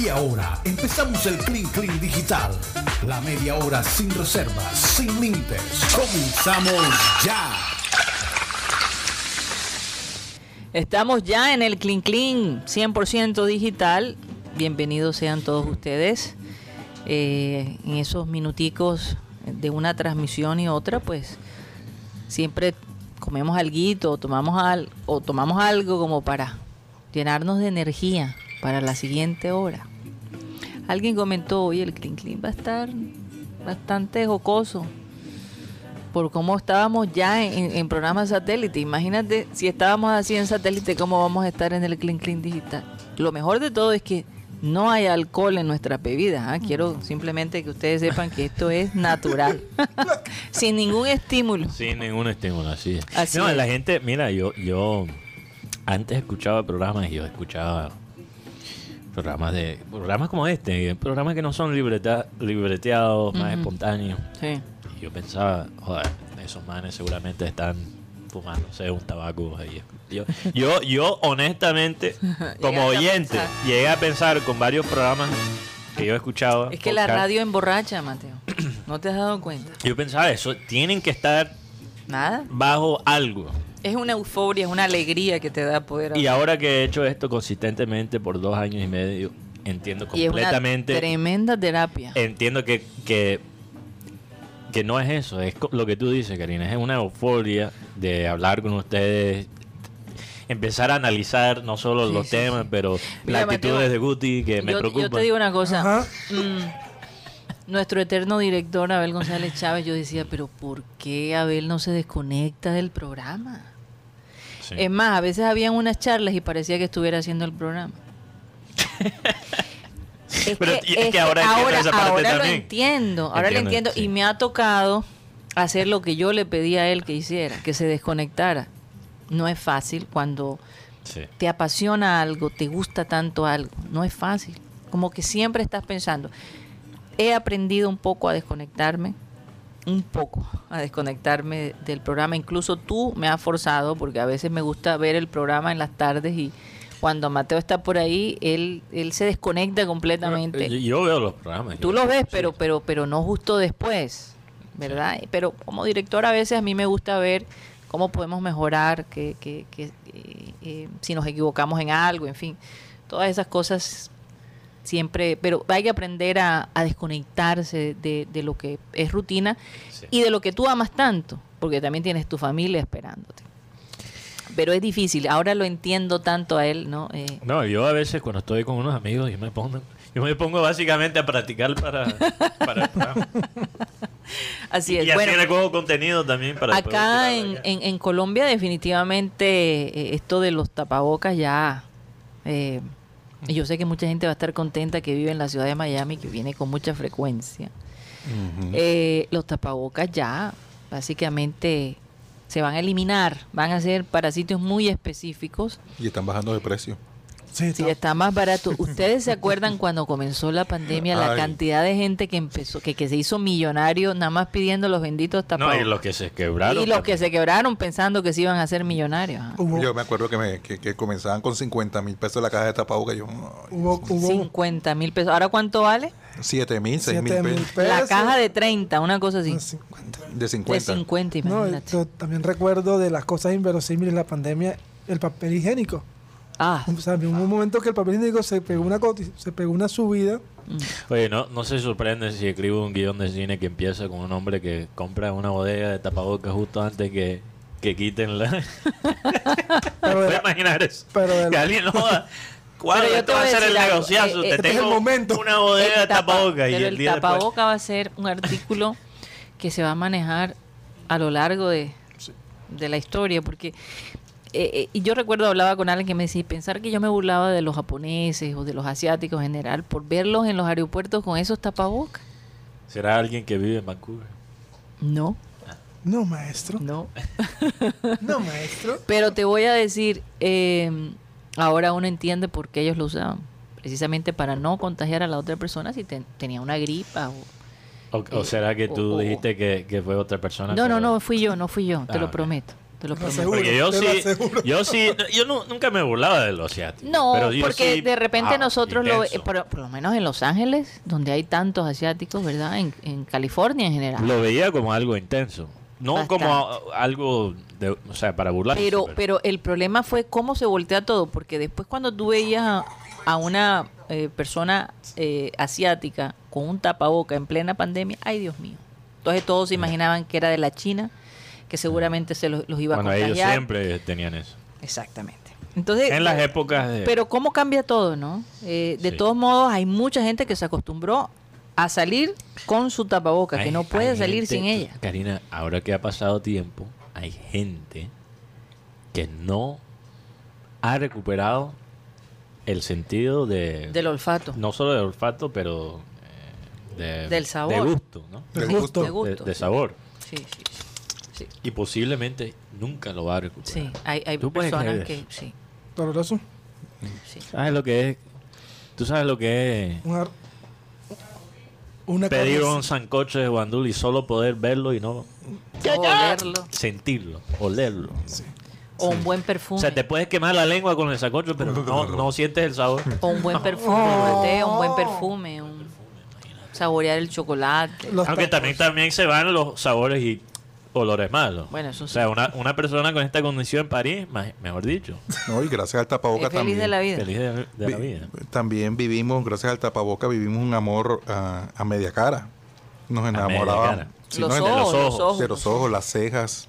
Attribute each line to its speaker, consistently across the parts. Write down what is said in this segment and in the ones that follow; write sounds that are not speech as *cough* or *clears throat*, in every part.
Speaker 1: Y ahora empezamos el Clean Clean Digital. La media hora sin reservas, sin límites. Comenzamos ya.
Speaker 2: Estamos ya en el Clean Clean 100% digital. Bienvenidos sean todos ustedes. Eh, en esos minuticos de una transmisión y otra, pues siempre comemos algo, tomamos al, o tomamos algo como para llenarnos de energía para la siguiente hora. Alguien comentó hoy el Clean Clean va a estar bastante jocoso por cómo estábamos ya en, en programas satélite. Imagínate si estábamos así en satélite, cómo vamos a estar en el Clean Clean digital. Lo mejor de todo es que no hay alcohol en nuestra bebida. ¿ah? Quiero simplemente que ustedes sepan que esto es natural, *laughs* sin ningún estímulo.
Speaker 3: Sin ningún estímulo, así es.
Speaker 2: Así
Speaker 3: no,
Speaker 2: es.
Speaker 3: la gente, mira, yo, yo antes escuchaba programas y yo escuchaba programas de programas como este, programas que no son libreta- libreteados, más
Speaker 2: Ujú.
Speaker 3: espontáneos.
Speaker 2: Sí.
Speaker 3: Y yo pensaba, joder, esos manes seguramente están fumándose un tabaco ahí. Yo, yo, yo
Speaker 2: *laughs*
Speaker 3: honestamente,
Speaker 2: Llegaste
Speaker 3: como
Speaker 2: a
Speaker 3: oyente,
Speaker 2: pensar.
Speaker 3: llegué a pensar con varios programas que yo escuchaba.
Speaker 2: Es que la
Speaker 3: podcast,
Speaker 2: radio emborracha, Mateo. *clears throat* ¿No te has dado cuenta?
Speaker 3: Yo pensaba eso, tienen que estar
Speaker 2: Nada.
Speaker 3: bajo algo.
Speaker 2: Es una euforia, es una alegría que te da poder.
Speaker 3: Y
Speaker 2: hablar.
Speaker 3: ahora que he hecho esto consistentemente por dos años y medio, entiendo
Speaker 2: Y es una
Speaker 3: completamente. eh,
Speaker 2: tremenda terapia.
Speaker 3: entiendo que, que, que no es eso, es co- lo que tú dices, Karina, es una euforia de hablar con ustedes, empezar a analizar no solo
Speaker 2: Sí,
Speaker 3: los
Speaker 2: sí,
Speaker 3: temas, pero
Speaker 2: Mira,
Speaker 3: las actitudes
Speaker 2: Mateo,
Speaker 3: de Guti que eh, me
Speaker 2: yo, yo
Speaker 3: preocupan.
Speaker 2: te digo una cosa. Mm, nuestro eterno director Abel González Chávez, yo decía, pero ¿por qué Abel no se desconecta del programa?
Speaker 3: Sí.
Speaker 2: Es más, a veces habían unas charlas y parecía que estuviera haciendo el programa. *laughs* Es
Speaker 3: Pero y es que
Speaker 2: es que
Speaker 3: ahora entiendo esa parte
Speaker 2: ahora lo
Speaker 3: también.
Speaker 2: entiendo, ahora lo
Speaker 3: Entiendo,
Speaker 2: entiendo
Speaker 3: sí.
Speaker 2: y me ha tocado hacer lo que yo le pedí a él que hiciera, que se desconectara. No es fácil cuando
Speaker 3: Sí.
Speaker 2: te apasiona algo, te gusta tanto algo, no es fácil. Como que siempre estás pensando. He aprendido un poco a desconectarme, un poco a desconectarme del programa. Incluso tú me has forzado, porque a veces me gusta ver el programa en las tardes y cuando Mateo está por ahí, él, él se desconecta completamente.
Speaker 3: Yo, yo veo los programas.
Speaker 2: Tú
Speaker 3: yo-
Speaker 2: lo ves,
Speaker 3: sí.
Speaker 2: pero, pero, pero no justo después, ¿verdad? Pero como director a veces a mí me gusta ver cómo podemos mejorar, que, que- que, eh, eh, si nos equivocamos en algo, en fin, todas esas cosas siempre, pero hay que aprender a, a desconectarse de, de lo que es rutina
Speaker 3: Sí.
Speaker 2: y de lo que tú amas tanto, porque también tienes tu familia esperándote. Pero es difícil, ahora lo entiendo tanto a él, ¿no? Eh,
Speaker 3: No, yo a veces cuando estoy con unos amigos yo me pongo, yo me pongo básicamente a practicar para, para el programa.
Speaker 2: así
Speaker 3: y
Speaker 2: es.
Speaker 3: así
Speaker 2: bueno,
Speaker 3: recojo contenido también para después
Speaker 2: Acá
Speaker 3: tirarlo
Speaker 2: en,
Speaker 3: allá.
Speaker 2: en- en Colombia definitivamente eh, esto de los tapabocas ya... eh, y yo sé que mucha gente va a estar contenta que vive en la ciudad de Miami, que viene con mucha frecuencia. Eh, los tapabocas ya básicamente se van a eliminar, van a ser para sitios muy específicos.
Speaker 4: Y están bajando de precio.
Speaker 2: Si está más barato. ¿Ustedes se
Speaker 3: *laughs*
Speaker 2: acuerdan cuando comenzó la pandemia la
Speaker 4: Ay.
Speaker 2: cantidad de gente que empezó, que, que se hizo millonario nada más pidiendo los benditos
Speaker 3: No,
Speaker 2: tapabocas?
Speaker 3: y los que se quebraron.
Speaker 2: Y los que se quebraron pensando que se iban a hacer millonarios. ¿ah? ajá.
Speaker 5: Hubo,
Speaker 4: Yo me acuerdo que, me, que, que comenzaban con 50 mil pesos la caja de tapabocas. Yo,
Speaker 5: hubo, hubo
Speaker 2: 50 mil pesos. ¿Ahora cuánto vale?
Speaker 4: 7 mil, 6
Speaker 5: siete
Speaker 4: mil
Speaker 5: mil
Speaker 4: pesos.
Speaker 5: pesos.
Speaker 2: La caja de 30, una cosa así.
Speaker 5: Ah, 50.
Speaker 4: De
Speaker 2: De
Speaker 4: 50.
Speaker 2: 50,
Speaker 5: No,
Speaker 2: imagínate.
Speaker 5: yo también recuerdo de las cosas inverosímiles de la pandemia, el papel higiénico.
Speaker 2: ah,
Speaker 5: O sea, hubo un momento que el papel higiénico se pegó una, coti- se pegó una subida.
Speaker 3: Oye, no, no se sorprende si escribo un guión de cine que empieza con un hombre que compra una bodega de tapabocas justo antes que, que quiten la. *laughs*
Speaker 5: Pero de
Speaker 3: ¿Puedes
Speaker 5: la-
Speaker 3: imaginar eso?
Speaker 5: pero de la-
Speaker 3: que alguien no joda. ¿Cuál
Speaker 2: Pero yo te
Speaker 3: va a
Speaker 2: voy a
Speaker 3: ser el
Speaker 2: decir algo, eh, eh,
Speaker 3: negociazo? te
Speaker 2: este es
Speaker 3: tengo
Speaker 5: el momento.
Speaker 3: una bodega de
Speaker 2: el tapa-
Speaker 3: tapabocas y
Speaker 2: pero
Speaker 3: el
Speaker 2: el
Speaker 3: día
Speaker 2: tapaboca
Speaker 3: después.
Speaker 2: va a ser un artículo que se va a manejar a lo largo de, de la historia, porque eh, eh, y yo recuerdo hablaba con alguien que me decía, pensar que yo me burlaba de los japoneses o de los asiáticos en general por verlos en los aeropuertos con esos tapabocas.
Speaker 3: ¿Será alguien que vive en Vancouver?
Speaker 2: No,
Speaker 5: No, maestro.
Speaker 2: no.
Speaker 5: No, maestro.
Speaker 2: Pero te voy a decir, eh, ahora uno entiende por qué ellos lo usaban. Precisamente para no contagiar a la otra persona si te- tenía una gripa. O...
Speaker 3: ¿O, o será que
Speaker 2: o-
Speaker 3: tú
Speaker 2: Eh, o-
Speaker 3: dijiste que, que fue otra persona?
Speaker 2: No, no,
Speaker 3: pero-
Speaker 2: no, fui yo, no fui yo, te
Speaker 3: Ah,
Speaker 2: lo
Speaker 3: ok.
Speaker 2: prometo. Te lo
Speaker 5: Lo
Speaker 2: prometo.
Speaker 5: aseguro.
Speaker 3: Porque yo
Speaker 5: te lo
Speaker 3: sí,
Speaker 5: aseguro.
Speaker 3: yo sí, yo nu- nunca me burlaba de los asiáticos.
Speaker 2: No,
Speaker 3: pero yo
Speaker 2: porque
Speaker 3: sí,
Speaker 2: de repente
Speaker 3: ah,
Speaker 2: nosotros lo
Speaker 3: intenso.
Speaker 2: ve- por, por lo menos en Los Ángeles, donde hay tantos asiáticos, ¿verdad? En, en California en general.
Speaker 3: Lo veía como algo intenso. No
Speaker 2: Ah. Bastante.
Speaker 3: como a- algo, de, o sea, para burlarse.
Speaker 2: Pero, pero el problema fue cómo se voltea todo, porque después cuando tú veías a, a una eh, persona eh, asiática con un tapaboca en plena pandemia, ay Dios mío. Entonces todos se imaginaban que era de la China, que seguramente se los, los iba
Speaker 3: bueno,
Speaker 2: a
Speaker 3: ellos
Speaker 2: contagiar.
Speaker 3: siempre tenían eso.
Speaker 2: Exactamente. Entonces, eh,
Speaker 3: En las épocas de...
Speaker 2: Pero cómo cambia todo, ¿no? Eh, de
Speaker 3: Sí.
Speaker 2: todos modos, hay mucha gente que se acostumbró a salir con su tapaboca, que
Speaker 3: Hay-
Speaker 2: no puede
Speaker 3: hay
Speaker 2: salir
Speaker 3: gente-
Speaker 2: sin ella.
Speaker 3: Karina, ahora que ha pasado tiempo, hay gente que no ha recuperado el sentido de...
Speaker 2: Del olfato.
Speaker 3: no solo del olfato, pero... eh, de-
Speaker 2: Del sabor.
Speaker 3: De gusto, ¿no?
Speaker 5: Del
Speaker 2: Sí,
Speaker 5: gusto.
Speaker 2: De gusto.
Speaker 3: De, de sabor.
Speaker 2: Sí, sí, sí. Sí,
Speaker 3: Y posiblemente nunca lo va a recuperar.
Speaker 2: sí. Hay, hay
Speaker 3: ¿Tú puedes
Speaker 2: personas
Speaker 3: creer
Speaker 2: que...
Speaker 3: eso?
Speaker 2: Sí,
Speaker 5: Doloroso.
Speaker 2: sí.
Speaker 3: ¿Sabes lo que es? ¿Tú sabes lo que es
Speaker 5: Una, una
Speaker 3: pedir
Speaker 5: carne-
Speaker 3: un sancocho de guandul y solo poder verlo y no
Speaker 2: O olerlo,
Speaker 3: sentirlo, olerlo?
Speaker 2: o un buen perfume.
Speaker 3: O sea, te puedes quemar la lengua con el sancocho, pero no, no sientes el sabor.
Speaker 2: O un
Speaker 3: *laughs*
Speaker 2: buen perfume, un té, un buen perfume, un- saborear el chocolate.
Speaker 5: Los
Speaker 3: Aunque
Speaker 5: tacos.
Speaker 3: también, también se van los sabores y olores malos.
Speaker 2: Bueno, eso
Speaker 3: o
Speaker 2: sí.
Speaker 3: sea, una, una persona con esta condición en París, ma- mejor dicho,
Speaker 4: No, y gracias al
Speaker 2: Es
Speaker 4: tapaboca
Speaker 2: feliz
Speaker 4: también.
Speaker 2: de la vida.
Speaker 3: feliz de, de la vida.
Speaker 4: vi- También vivimos, gracias al tapaboca, vivimos un amor ah, a, media cara. Nos
Speaker 3: media
Speaker 4: enamorábamos.
Speaker 3: cara.
Speaker 4: Sí,
Speaker 2: los,
Speaker 4: nos
Speaker 2: ojos,
Speaker 4: enamoramos.
Speaker 2: los ojos,
Speaker 3: ojos.
Speaker 4: De los ojos, las cejas,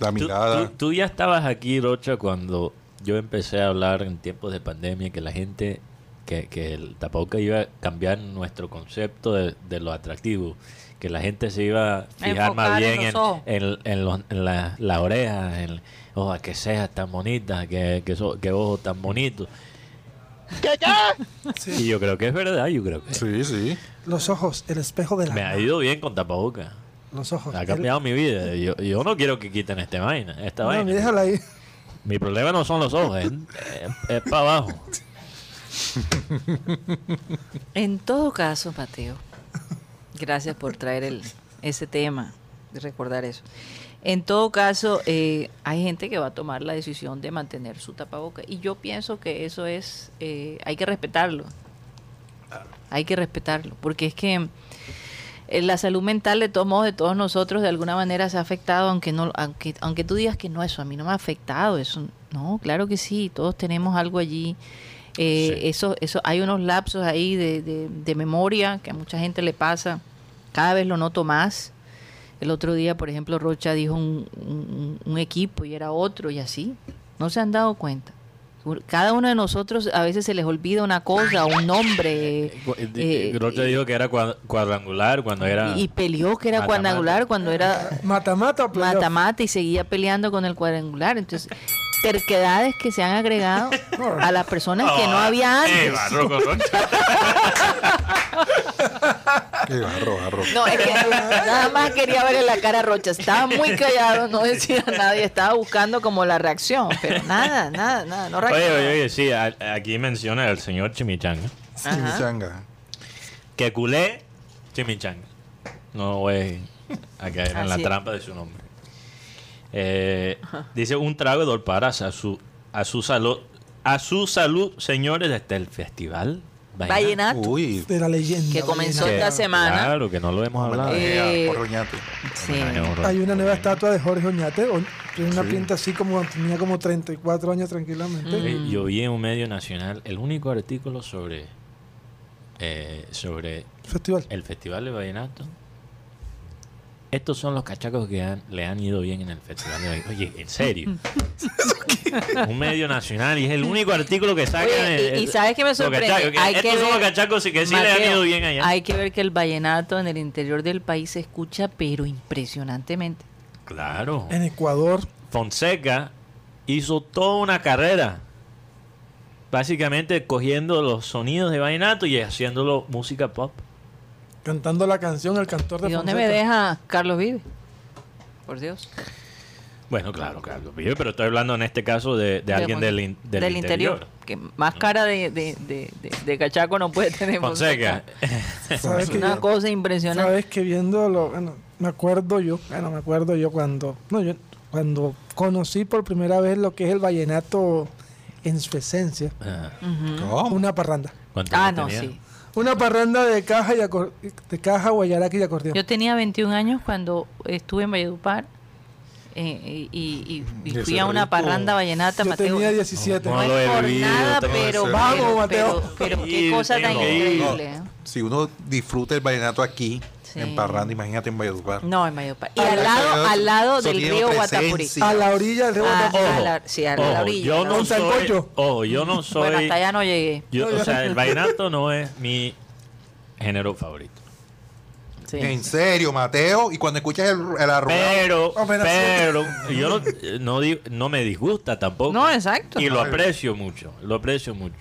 Speaker 4: la
Speaker 3: Tú,
Speaker 4: mirada.
Speaker 3: tú- tú ya estabas aquí, Rocha, cuando yo empecé a hablar en tiempos de pandemia que la gente, que, que el tapabocas iba a cambiar nuestro concepto de, de lo atractivo, que la gente se iba a fijar más
Speaker 2: enfocar en
Speaker 3: bien en,
Speaker 2: los ojos.
Speaker 3: en- en los- en la- las orejas, en, oh, que cejas tan bonitas, que, que, so- que ojos tan bonitos. *laughs* Y yo creo que es verdad, yo creo que
Speaker 4: Sí, sí.
Speaker 5: Los ojos, el espejo de la.
Speaker 3: me ha ido bien con tapabocas.
Speaker 5: Los ojos.
Speaker 3: Ha
Speaker 5: El-
Speaker 3: cambiado mi vida. Yo, yo no quiero que quiten esta vaina. Esta
Speaker 5: No,
Speaker 3: vaina.
Speaker 5: déjala ahí.
Speaker 3: Mi problema no son los ojos, es, para
Speaker 2: *laughs*
Speaker 3: abajo.
Speaker 2: En todo caso, Mateo, gracias por traer el, ese tema, de recordar eso. En todo caso, eh, hay gente que va a tomar la decisión de mantener su tapaboca y yo pienso que eso es, eh, hay que respetarlo, hay que respetarlo, porque es que eh, la salud mental de todos modos de todos nosotros de alguna manera se ha afectado, aunque no, aunque, aunque tú digas que no, eso a mí no me ha afectado, eso no, claro que sí, todos tenemos algo allí. Eh,
Speaker 3: Sí.
Speaker 2: eso, eso, hay unos lapsos ahí de, de- de memoria que a mucha gente le pasa, cada vez lo noto más. El otro día, por ejemplo, Rocha dijo un, un- un equipo y era otro y así. No se han dado cuenta. Cada uno de nosotros a veces se les olvida una cosa, un nombre. eh,
Speaker 3: Rocha dijo que era cua- cuadrangular cuando era...
Speaker 2: y, y peleó que era
Speaker 3: Mata-mata.
Speaker 2: cuadrangular cuando era
Speaker 5: Mata-mata o playoff.
Speaker 2: mata-mata y seguía peleando con el cuadrangular. Entonces, terquedades que se han agregado a las personas que no había
Speaker 3: Eh,
Speaker 2: antes. *laughs*
Speaker 3: barro con Rocha.
Speaker 4: Qué barro, barro.
Speaker 2: No, es
Speaker 5: *laughs*
Speaker 2: que nada más quería verle la cara a Rocha. Estaba muy callado, no decía nada y estaba buscando como la reacción. Pero nada, nada, nada. No
Speaker 3: Oye,
Speaker 2: reaccionó.
Speaker 3: oye, oye, sí, a- aquí menciona el señor Chimichanga.
Speaker 4: Chimichanga.
Speaker 3: Que culé Chimichanga. No voy a caer en la
Speaker 2: Así es.
Speaker 3: trampa de su nombre. Eh, dice un trago de olparas a su, a su salud, a su salud, señores, desde el festival. Vallenato.
Speaker 2: Vallenato,
Speaker 4: Uy,
Speaker 5: De la leyenda.
Speaker 2: que comenzó esta
Speaker 3: Que-
Speaker 2: semana.
Speaker 3: Claro, que no lo hemos hablado.
Speaker 2: Eh,
Speaker 4: homenaje a Jorge Oñate.
Speaker 2: Sí.
Speaker 5: Hay una nueva estatua de Jorge Oñate. o- Tiene una
Speaker 4: Sí.
Speaker 5: pinta así como tenía como 34 años tranquilamente.
Speaker 2: Mm.
Speaker 3: Eh, Yo vi en un medio nacional el único artículo sobre eh, sobre
Speaker 5: Festival.
Speaker 3: el Festival de Vallenato. Estos son los cachacos que han- le han ido bien en el Festival de Vallenato. Oye,
Speaker 2: *laughs*
Speaker 3: en serio. un medio nacional y es el único artículo que sacan.
Speaker 2: Oye,
Speaker 3: eh,
Speaker 2: y, y sabes que me
Speaker 3: los
Speaker 2: sorprende.
Speaker 3: cachacos, que
Speaker 2: Hay
Speaker 3: estos
Speaker 2: que
Speaker 3: son los
Speaker 2: ver-
Speaker 3: cachacos que sí le han
Speaker 2: Mateo,
Speaker 3: ido bien allá.
Speaker 2: Hay que ver que el vallenato en el interior del país se escucha, pero impresionantemente.
Speaker 3: Claro.
Speaker 5: En Ecuador.
Speaker 3: Fonseca hizo toda una carrera. Básicamente cogiendo los sonidos de vallenato y haciéndolo música pop.
Speaker 5: Cantando la canción al cantor de
Speaker 2: ¿Y dónde
Speaker 5: Fonseca.
Speaker 2: me deja Carlos Vive? Por Dios.
Speaker 3: Bueno, claro, Carlos Vive, pero estoy hablando en este caso de, de alguien del, in- del interior.
Speaker 2: Que más cara de, de, de, de, de cachaco no puede tener
Speaker 3: *laughs* Fonseca.
Speaker 5: ¿Sabes que
Speaker 2: Una
Speaker 5: yo-
Speaker 2: cosa impresionante.
Speaker 5: Sabes que viéndolo, bueno, me acuerdo yo, bueno, me acuerdo yo cuando, no, yo cuando conocí por primera vez lo que es el vallenato en su esencia.
Speaker 3: Ajá.
Speaker 4: ¿Cómo?
Speaker 5: Una parranda.
Speaker 3: ah, ¿Cuántos
Speaker 2: Ah,
Speaker 3: años
Speaker 2: no,
Speaker 3: tenía?
Speaker 2: sí.
Speaker 5: Una parranda de caja, y acor- de caja guayaraca y acordeón.
Speaker 2: Yo tenía 21 años cuando estuve en Valledupar eh, y, y- y- y
Speaker 4: Y
Speaker 2: fui
Speaker 4: ese
Speaker 2: a una
Speaker 4: rico.
Speaker 2: parranda vallenata,
Speaker 5: Yo
Speaker 2: Mateo.
Speaker 5: tenía 17.
Speaker 2: No
Speaker 3: No lo
Speaker 2: es
Speaker 3: he
Speaker 2: por
Speaker 3: vivido,
Speaker 2: nada,
Speaker 3: tengo que
Speaker 2: pero,
Speaker 3: ser-
Speaker 5: Vamos,
Speaker 2: pero-
Speaker 5: Mateo.
Speaker 2: pero- pero qué
Speaker 3: Ir,
Speaker 2: cosa tan
Speaker 3: tengo que ir.
Speaker 2: increíble. ¿eh?
Speaker 4: Si uno disfruta el vallenato aquí,
Speaker 2: Sí.
Speaker 4: en Parranda, imagínate en Valledupar.
Speaker 2: No, en Valledupar. Y
Speaker 5: Ah,
Speaker 2: al lado, al lado del
Speaker 4: Sonido
Speaker 2: río
Speaker 4: presencia.
Speaker 2: Guatapurí.
Speaker 5: A la orilla del río
Speaker 2: Ah,
Speaker 5: Guatapurí.
Speaker 2: a la- sí, a la
Speaker 3: Ojo,
Speaker 2: orilla,
Speaker 3: yo
Speaker 2: ¿no?
Speaker 3: no
Speaker 5: Con
Speaker 3: soy,
Speaker 5: sancocho.
Speaker 3: ojo, yo no soy,
Speaker 2: Bueno, hasta allá no llegué.
Speaker 3: yo- o sea, el vallenato no es mi género favorito.
Speaker 2: Sí.
Speaker 4: En serio, Mateo. Y cuando escuchas el, el arrugado,
Speaker 3: Pero,
Speaker 4: Operación.
Speaker 3: pero, yo no, no, di- no me disgusta tampoco.
Speaker 2: No, exacto.
Speaker 3: Y lo aprecio mucho, lo aprecio mucho.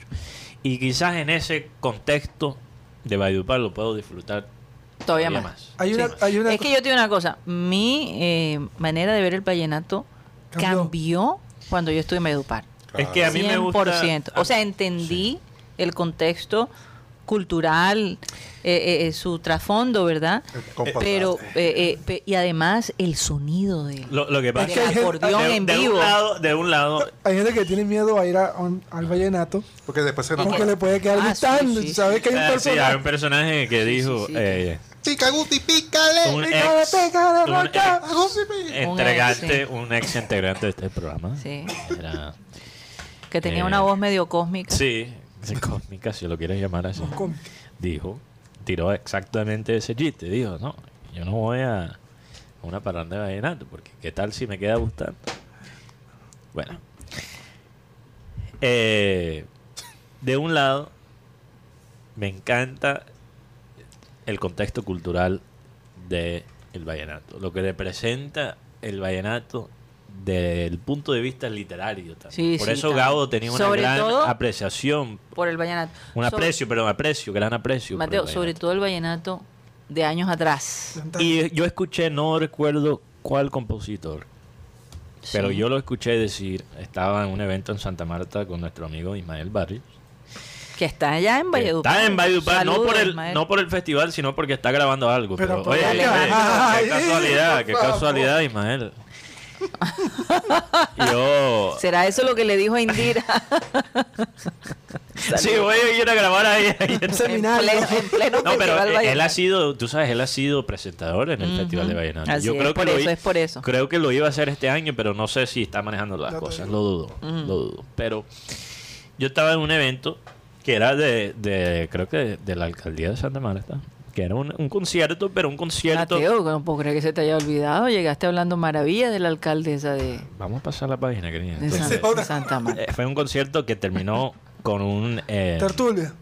Speaker 3: Y quizás en ese contexto de Valledupar lo puedo disfrutar
Speaker 2: Todavía más.
Speaker 5: Hay una,
Speaker 2: Sí.
Speaker 5: hay una
Speaker 2: Es que yo te digo una cosa, mi eh, manera de ver el vallenato
Speaker 5: Cambió.
Speaker 2: cambió, cuando yo estuve en Medupar.
Speaker 3: Es que a mí me gusta.
Speaker 2: 100%. O sea, entendí el contexto cultural, eh, eh, eh, su trasfondo, ¿verdad?
Speaker 4: El compás.
Speaker 2: Pero, eh, eh, pe- y además el sonido de
Speaker 3: Lo, lo que pasa
Speaker 2: del
Speaker 5: que hay gente-
Speaker 2: acordeón
Speaker 3: de,
Speaker 2: en
Speaker 3: de
Speaker 2: vivo.
Speaker 3: un lado, de un lado
Speaker 5: hay gente que tiene miedo a ir a- a un- al vallenato
Speaker 4: porque después se
Speaker 5: porque
Speaker 4: enamora.
Speaker 5: le puede quedar
Speaker 2: Ah,
Speaker 5: gritando.
Speaker 2: sí, sí.
Speaker 5: ¿Sabes que hay un
Speaker 3: Ah, sí, hay un
Speaker 5: personaje?
Speaker 3: personaje que dijo
Speaker 2: sí.
Speaker 3: eh,
Speaker 4: Chica Guti, pícale.
Speaker 3: un
Speaker 5: Pícale,
Speaker 3: ex,
Speaker 5: pícale,
Speaker 3: un e-
Speaker 5: roca.
Speaker 3: ex
Speaker 4: A Guti, pícale.
Speaker 3: integrante, un ex integrante de este programa.
Speaker 2: Sí.
Speaker 3: Era-
Speaker 2: que tenía
Speaker 3: Eh,
Speaker 2: una voz medio cósmica.
Speaker 3: sí, *laughs* es cósmica, si lo quieres llamar así.
Speaker 5: Con-
Speaker 3: Dijo, tiró exactamente ese chiste. Dijo, no, yo no voy a a una parranda de vallenato, porque qué tal si me queda gustando. Bueno. Eh, de un lado, me encanta el contexto cultural del vallenato, lo que representa el vallenato del punto de vista literario también.
Speaker 2: Sí,
Speaker 3: Por
Speaker 2: sí,
Speaker 3: eso
Speaker 2: también.
Speaker 3: Gaudo tenía una
Speaker 2: Sobre
Speaker 3: gran
Speaker 2: todo-
Speaker 3: apreciación,
Speaker 2: Por el vallenato.
Speaker 3: un
Speaker 2: Sobre-
Speaker 3: aprecio, perdón, aprecio, gran aprecio. por el
Speaker 2: Mateo, sobre
Speaker 3: vallenato.
Speaker 2: todo el vallenato de años atrás.
Speaker 3: Y yo escuché, no recuerdo cuál compositor, pero
Speaker 2: Sí.
Speaker 3: yo lo escuché decir, estaba en un evento en Santa Marta con nuestro amigo Ismael Barrios.
Speaker 2: Que está allá en Valledupar.
Speaker 3: Está en Valledupar, no
Speaker 2: Saludos,
Speaker 3: por, el,
Speaker 2: Ismael.
Speaker 3: no por el festival, sino porque está grabando algo.
Speaker 5: Pero
Speaker 3: Pero,
Speaker 5: por
Speaker 3: oye,
Speaker 2: acá.
Speaker 3: Ismael,
Speaker 5: Ay,
Speaker 3: qué casualidad, qué
Speaker 5: por favor.
Speaker 2: *laughs*
Speaker 3: casualidad, Ismael. Yo.
Speaker 2: ¿Será eso lo que le dijo a Indira?
Speaker 3: Sí, voy a ir a grabar ahí. ahí.
Speaker 5: Seminario.
Speaker 2: En pleno, en pleno
Speaker 3: No, pero
Speaker 2: festival
Speaker 3: él
Speaker 2: vallenato.
Speaker 3: ha sido, tú sabes, él ha sido presentador en el
Speaker 2: Ujú.
Speaker 3: Festival de Vallenato.
Speaker 2: Así
Speaker 3: Yo
Speaker 2: es,
Speaker 3: creo que
Speaker 2: por
Speaker 3: lo
Speaker 2: eso,
Speaker 3: i-
Speaker 2: es por eso.
Speaker 3: Creo que lo iba a hacer este año, pero no sé si está manejando las
Speaker 5: Ya te
Speaker 3: cosas.
Speaker 5: digo.
Speaker 3: Lo dudo, lo dudo. Pero yo estaba en un evento que era de, de- creo que de, de la alcaldía de Santa Marta, que era un, un concierto, pero un concierto.
Speaker 2: Mateo, no puedo creer que se te haya olvidado. Llegaste hablando maravillas de la alcaldesa de,
Speaker 3: Vamos a pasar la página, querida.
Speaker 2: de San-
Speaker 3: Entonces,
Speaker 2: de Santa Marta.
Speaker 3: eh, fue un concierto que terminó con un. eh,
Speaker 5: Tertulia.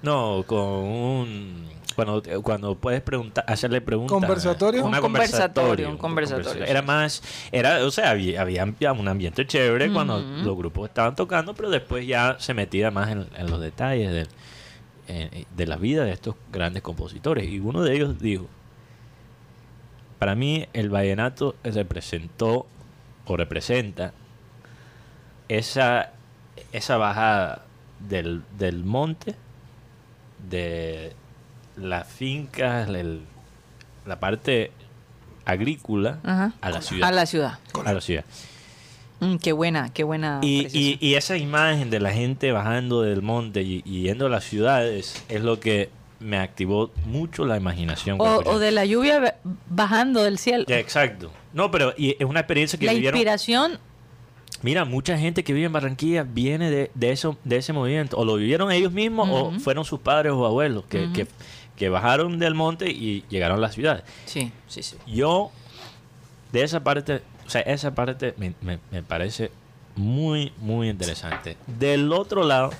Speaker 3: No, con un cuando, cuando puedes preguntar, hacerle preguntas.
Speaker 5: ¿Conversatorio?
Speaker 3: Una
Speaker 2: Un conversatorio, un
Speaker 3: un
Speaker 2: conversatorio, sí.
Speaker 3: Era más, era, o sea, había, había ambi- un ambiente chévere cuando
Speaker 2: Ujú.
Speaker 3: los grupos estaban tocando, pero después ya se metía más en, en los detalles del- eh, de la vida de estos grandes compositores. Y uno de ellos dijo, para mí el vallenato representó o representa esa, esa bajada del, del monte, de las fincas, el- la parte agrícola
Speaker 2: Ajá.
Speaker 3: a la ciudad.
Speaker 2: A la ciudad.
Speaker 3: A la ciudad.
Speaker 2: Mm, qué buena, qué buena.
Speaker 3: Y, y-
Speaker 2: apreciación.
Speaker 3: y esa imagen de la gente bajando del monte y, y yendo a las ciudades es lo que me activó mucho la imaginación.
Speaker 2: o,
Speaker 3: cuando yo-
Speaker 2: o de la lluvia ba- bajando del cielo.
Speaker 3: Ya, Exacto. No, pero y es una experiencia que
Speaker 2: La
Speaker 3: vivieron.
Speaker 2: inspiración
Speaker 3: Mira, mucha gente que vive en Barranquilla viene de, de eso, de ese movimiento. O lo vivieron ellos mismos o fueron sus padres o abuelos que, que- que bajaron del monte y llegaron a las ciudades.
Speaker 2: Sí, sí, sí.
Speaker 3: Yo, de esa parte, o sea, esa parte me, me- me parece muy, muy interesante. Del otro lado,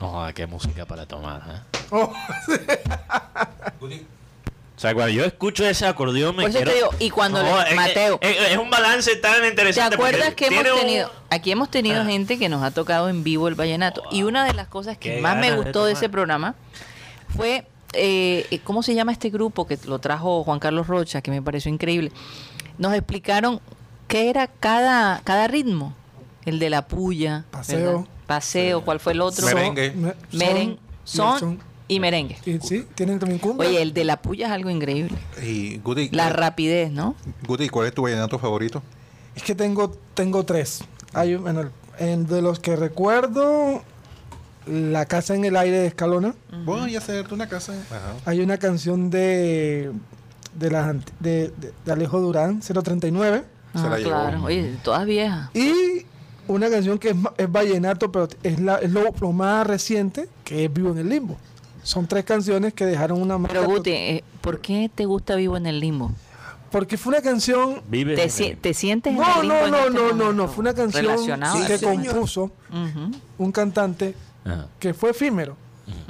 Speaker 3: no joda, qué música para tomar, ¿eh? O sea, cuando yo escucho ese acordeón me
Speaker 2: Por eso te
Speaker 3: quiero-
Speaker 2: digo, y cuando le-
Speaker 3: joda, es que-
Speaker 2: Mateo.
Speaker 3: Es, es un balance tan
Speaker 2: ¿Te
Speaker 3: interesante. porque
Speaker 2: acuerdas que hemos
Speaker 3: tiene un-
Speaker 2: tenido, aquí hemos tenido
Speaker 3: Ah.
Speaker 2: gente que nos ha tocado en vivo el vallenato? Y una de las cosas que
Speaker 3: Qué
Speaker 2: más me
Speaker 3: ganas de
Speaker 2: gustó de, ese
Speaker 3: tomar.
Speaker 2: programa fue, eh, eh, ¿cómo se llama este grupo que lo trajo Juan Carlos Rocha, que me pareció increíble? Nos explicaron qué era cada, cada ritmo. El de la puya.
Speaker 5: Paseo.
Speaker 2: ¿verdad? Paseo, ¿cuál fue el otro?
Speaker 4: Merengue.
Speaker 5: Me-
Speaker 2: Meren-
Speaker 5: son-
Speaker 2: son y merengue.
Speaker 5: y- Sí, tienen también cumbia.
Speaker 2: Oye, el de la puya es algo increíble.
Speaker 4: Y Guti,
Speaker 2: La rapidez, ¿no?
Speaker 4: Guti, ¿cuál es tu vallenato favorito?
Speaker 5: Es que tengo, tengo tres. Hay un- bueno, en- de los que recuerdo, La Casa en el Aire de Escalona.
Speaker 4: Voy a hacerte una casa. Ajá.
Speaker 5: Hay una canción de, de, las anti- de, de- de Alejo Durán, 039.
Speaker 4: Se la
Speaker 2: Ah,
Speaker 4: llevó.
Speaker 2: claro. Oye, todas viejas.
Speaker 5: Y una canción que es, ma- es vallenato, pero es, la, es lo, lo más reciente, que es Vivo en el Limbo. Son tres canciones que dejaron una marca.
Speaker 2: Pero Guti, eh, ¿por qué te gusta Vivo en el Limbo?
Speaker 5: Porque fue una canción
Speaker 3: Vive.
Speaker 2: ¿Te,
Speaker 3: en
Speaker 2: si-
Speaker 3: el-
Speaker 2: te sientes en el
Speaker 5: No,
Speaker 2: limbo
Speaker 5: no,
Speaker 2: en
Speaker 5: no,
Speaker 2: este
Speaker 5: no, no, no.
Speaker 2: momento?
Speaker 5: Fue una canción
Speaker 2: Relacionado a
Speaker 5: que
Speaker 2: eso.
Speaker 5: compuso
Speaker 2: Ujú,
Speaker 5: un cantante
Speaker 3: Ajá.
Speaker 5: que fue efímero,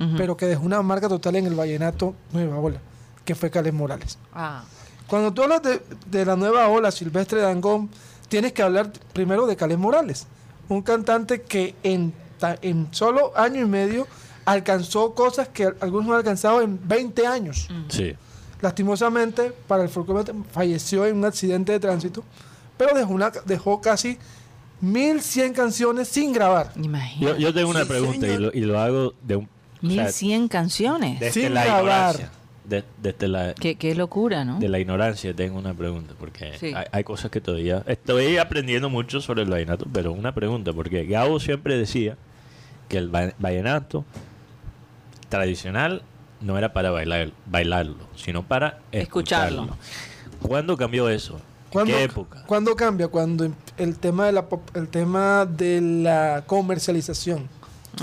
Speaker 2: ujú.
Speaker 5: pero que dejó una marca total en el vallenato Nueva Ola, que fue Cales Morales.
Speaker 2: Ah,
Speaker 5: Cuando tú hablas de, de la Nueva Ola, Silvestre Dangón, tienes que hablar primero de Cales Morales, un cantante que en, ta- en solo año y medio alcanzó cosas que algunos no han alcanzado en 20 años.
Speaker 3: Sí.
Speaker 5: Lastimosamente, para el folclore falleció en un accidente de tránsito, pero dejó, una, dejó casi 1100 canciones sin grabar.
Speaker 3: Yo,
Speaker 2: imagínate.
Speaker 3: yo tengo una pregunta y lo, y lo hago de un. o sea,
Speaker 2: 1100 canciones.
Speaker 3: desde
Speaker 5: Sin
Speaker 3: la
Speaker 5: grabar.
Speaker 3: ignorancia. De- desde la,
Speaker 2: Qué, qué locura, ¿no?
Speaker 3: de la ignorancia tengo una pregunta, porque
Speaker 2: Sí.
Speaker 3: hay, hay cosas que todavía estoy aprendiendo mucho sobre el vallenato, pero una pregunta, porque Gabo siempre decía que el va- vallenato tradicional no era para bailar, bailarlo, sino para escucharlo.
Speaker 2: Escucharlo.
Speaker 3: ¿Cuándo cambió eso? ¿En
Speaker 5: ¿Cuándo,
Speaker 3: qué época?
Speaker 5: cuándo cambia? Cuando em- el tema de la, pop- el tema de la comercialización